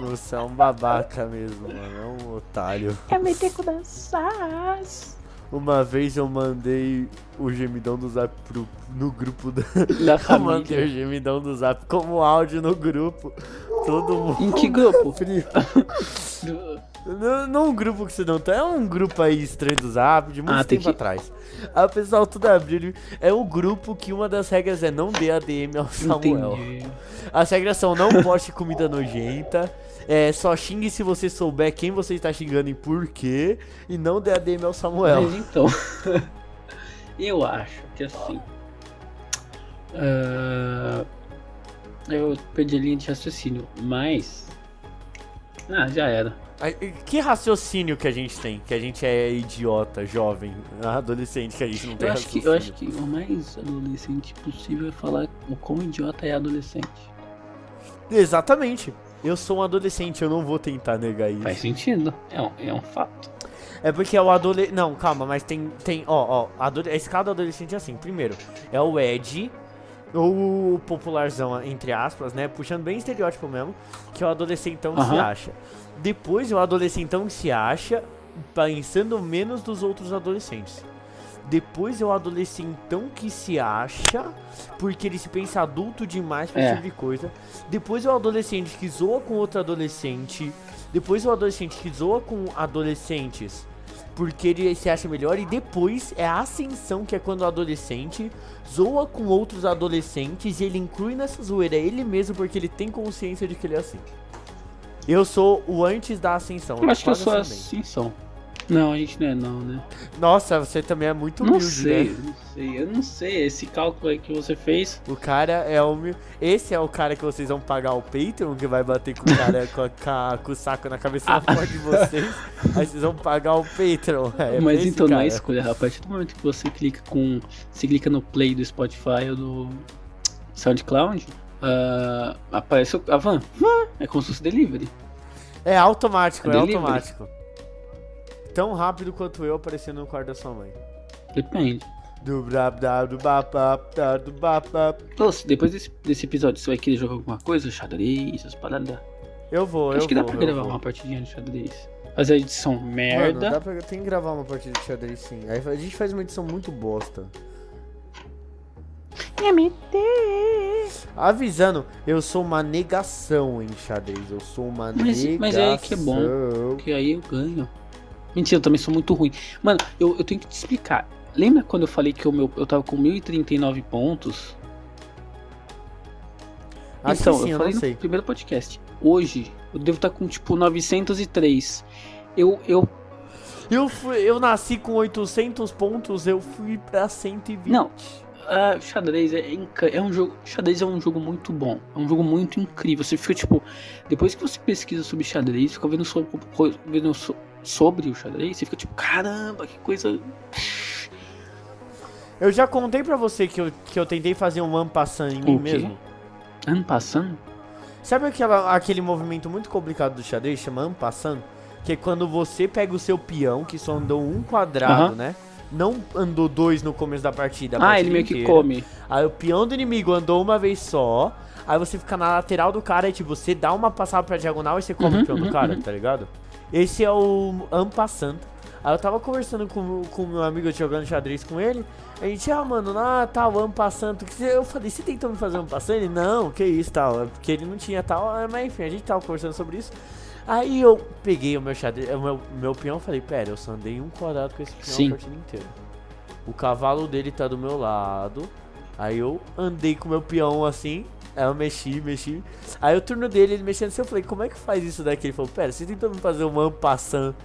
S2: Você é um babaca mesmo, mano. É um otário.
S5: É meter com danças.
S2: Uma vez eu mandei o gemidão do zap pro, no grupo da.
S1: Da
S2: Eu mandei o
S1: família.
S2: gemidão um do zap como áudio no grupo. Todo mundo.
S1: Em que grupo?
S2: frio.
S1: Do-
S2: Não, não um grupo que você não tá, é um grupo aí estranho do Zap, de muito
S1: Ah, tem
S2: tempo
S1: que-
S2: atrás. Aí o pessoal tudo abriu. ele- É o grupo que uma das regras é não dê ADM ao Samuel.
S1: Entendi.
S2: As regras são não poste comida nojenta, é, só xingue se você souber quem você está xingando e por quê, e não dê ADM ao Samuel.
S1: Mas então. eu acho que assim. ah, eu perdi a linha de raciocínio, mas. Ah, já era.
S2: Aí, Que raciocínio que a gente tem? Que a gente é idiota, jovem, adolescente, que a gente não tem
S1: Eu acho, que,
S2: raciocínio.
S1: eu acho que o mais adolescente possível é falar o quão idiota é adolescente.
S2: Exatamente. Eu sou um adolescente, eu não vou tentar negar isso.
S1: Faz sentido. É um, é um fato.
S2: É porque é o adolescente. Não, calma, mas tem. tem ó, ó. Adole... A escala do adolescente é assim. Primeiro, é o Ed, ou o popularzão, entre aspas, né? Puxando bem estereótipo mesmo, que é o adolescentão que se
S1: Aham.
S2: acha. Depois é o adolescentão que se acha, pensando menos dos outros adolescentes. Depois é o adolescentão que se acha, porque ele se pensa adulto demais pra
S1: É.
S2: esse tipo de coisa. Depois é o adolescente que zoa com outro adolescente. Depois é o adolescente que zoa com adolescentes porque ele se acha melhor, e depois é a ascensão, que é quando o adolescente zoa com outros adolescentes e ele inclui nessa zoeira ele mesmo porque ele tem consciência de que ele é assim. Eu sou o antes da ascensão.
S1: Eu acho que eu
S2: quase
S1: sou
S2: também.
S1: assim, são. Não, a gente não é não, né?
S2: Nossa, você também é muito
S1: Não
S2: humilde,
S1: sei,
S2: né?
S1: não sei. Eu não sei. Esse cálculo aí que você fez.
S2: O cara é humilde. Esse é o cara que vocês vão pagar o Patreon, que vai bater com o cara com, a- ca- com o saco na cabeça
S1: Ah.
S2: da porta de vocês. Aí vocês vão pagar o Patreon. É
S1: mas
S2: esse
S1: então não é
S2: cara.
S1: escolha. A partir do momento que você clica com. Você clica no play do Spotify ou do SoundCloud, ah, aparece o- a van. Van, É como se fosse delivery.
S2: É automático,
S1: É
S2: é,
S1: delivery.
S2: automático. Tão rápido quanto eu aparecendo no quarto da sua mãe.
S1: Depende.
S2: Du bra bra du ba ba bra du ba ba.
S1: Ô, Então, se depois desse, desse episódio, você vai querer jogar alguma coisa? Xadrez, essas paradas.
S2: Eu vou, eu
S1: Acho que dá
S2: vou.
S1: pra
S2: eu
S1: gravar
S2: vou.
S1: uma partidinha de xadrez. Fazer a edição é
S2: Mano,
S1: merda.
S2: dá pra... tem que gravar uma partida de xadrez sim. Aí a gente faz uma edição muito bosta.
S5: MT.
S2: Avisando, eu sou uma negação em xadrez. Eu sou uma
S1: Mas-
S2: negação.
S1: mas aí que é bom. Porque aí eu ganho. Mentira, eu também sou muito ruim. Mano, eu, eu tenho que te explicar. Lembra quando eu falei que o meu, eu tava com 1039 pontos?
S2: Acho
S1: então,
S2: que sim, eu,
S1: eu falei no
S2: não sei.
S1: primeiro podcast. Hoje, eu devo estar com tipo 903. Eu, eu.
S2: Eu, fui, eu nasci com 800 pontos, eu fui pra 120.
S1: Não. ah, xadrez é, inca- é um jogo. Xadrez é um jogo muito bom. É um jogo muito incrível. Você fica tipo. Depois que você pesquisa sobre xadrez, fica vendo sobre, co- vendo so- sobre o xadrez, você fica tipo, caramba, que coisa.
S2: Eu já contei pra você que eu, que eu tentei fazer um ano passando em mim
S1: quê?
S2: mesmo.
S1: Ano passando?
S2: Sabe aquela- aquele movimento muito complicado do xadrez, chama passando? Que é quando você pega o seu peão, que só andou um quadrado,
S1: Aham.
S2: né? Não andou dois no começo da partida. a
S1: Ah, ele
S2: partida
S1: meio que
S2: inteira.
S1: come.
S2: Aí o peão do inimigo andou uma vez só. Aí você fica na lateral do cara e tipo, você dá uma passada pra diagonal e você come
S1: Uhum,
S2: o peão
S1: uhum,
S2: do cara, tá ligado? Esse é o Ampassant. Aí eu tava conversando com com o meu amigo jogando xadrez com ele. A gente, ah, mano, ah, tal, Ampassant. Eu falei, você tentou me fazer Ampassant? Ele, não, que isso, tal. é Porque ele não tinha tal. ah, Mas enfim, a gente tava conversando sobre isso. Aí eu peguei o meu xadrez, o meu, meu peão e falei, pera, eu só andei um quadrado com esse peão
S1: Sim.
S2: a partida inteira. O cavalo dele tá do meu lado. Aí eu andei com meu peão assim. Aí eu mexi, mexi. Aí o turno dele, ele mexendo assim, eu falei, como é que faz isso daqui? Ele falou, pera, você tentou me fazer um passando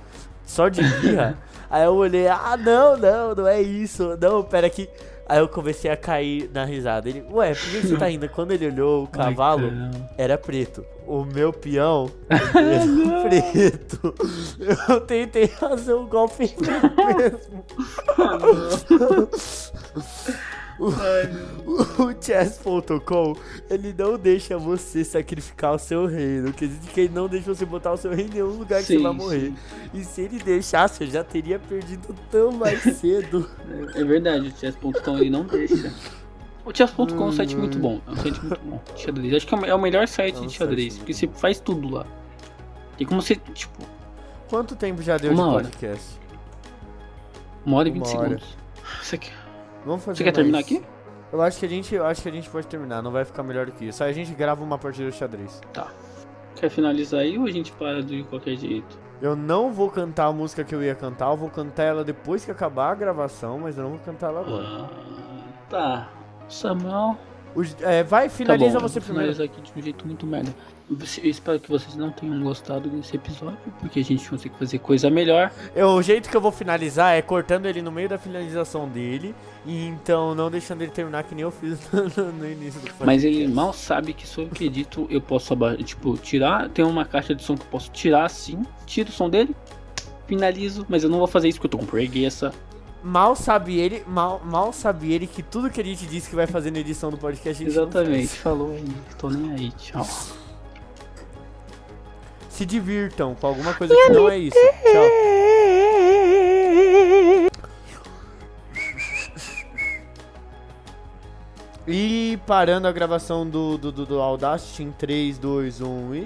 S2: só de birra? aí eu olhei, ah, não, não, não é isso, não, pera aqui. Aí eu comecei a cair na risada. Ele, ué, por que você tá rindo? Quando ele olhou o cavalo, era preto. O meu peão era preto. Eu tentei fazer um golpe em mim mesmo. O, o chess.com ele não deixa você sacrificar o seu reino. Quer dizer que ele não deixa você botar o seu reino em nenhum lugar que
S1: Sim,
S2: você vai morrer. E se ele deixasse, eu já teria perdido tão mais cedo.
S1: É verdade, o chess.com ele não deixa. O chess.com é um site muito bom. É um site muito bom. de Xadrez. Acho que é o- é o melhor site
S2: É um
S1: de
S2: site
S1: xadrez,
S2: muito
S1: porque você faz tudo lá. E como você, tipo,
S2: Quanto tempo já deu
S1: Uma
S2: de
S1: hora.
S2: podcast?
S1: uma hora e
S2: Uma
S1: vinte
S2: hora.
S1: segundos. Você quer,
S2: Vamos fazer
S1: você quer terminar
S2: mais.
S1: aqui?
S2: Eu acho que a gente, eu acho que a gente pode terminar, não vai ficar melhor do que isso. Aí a gente grava uma partida de xadrez.
S1: Quer finalizar aí ou a gente para de qualquer jeito?
S2: Eu não vou cantar a música que eu ia cantar, eu vou cantar ela depois que acabar a gravação, mas eu não vou cantar ela agora.
S1: Ah, tá. Samuel.
S2: O- é, vai,
S1: Tá bom,
S2: finaliza
S1: eu
S2: você
S1: vou
S2: primeiro.
S1: finalizar aqui de um jeito muito merda. Eu espero que vocês não tenham gostado desse episódio, porque a gente consegue fazer coisa melhor.
S2: Eu- É, o jeito que eu vou finalizar é cortando ele no meio da finalização dele, e então não deixando ele terminar que nem eu fiz no, no início do
S1: Mas ele
S2: podcast.
S1: mal sabe que se eu acredito, eu posso aba- tipo, tirar. Tem uma caixa de som que eu posso tirar assim, tiro o som dele, finalizo, mas eu não vou fazer isso porque eu tô com preguiça.
S2: Mal sabe ele, mal, mal sabe ele que tudo que a gente disse que vai fazer na edição do podcast. a gente não
S1: Exatamente,
S2: faz.
S1: falou aí, tô nem aí, tchau.
S2: Se divirtam com alguma coisa que não é isso. Tchau. um E parando a gravação do, do, do, do Audacity em 3, 2, 1 e.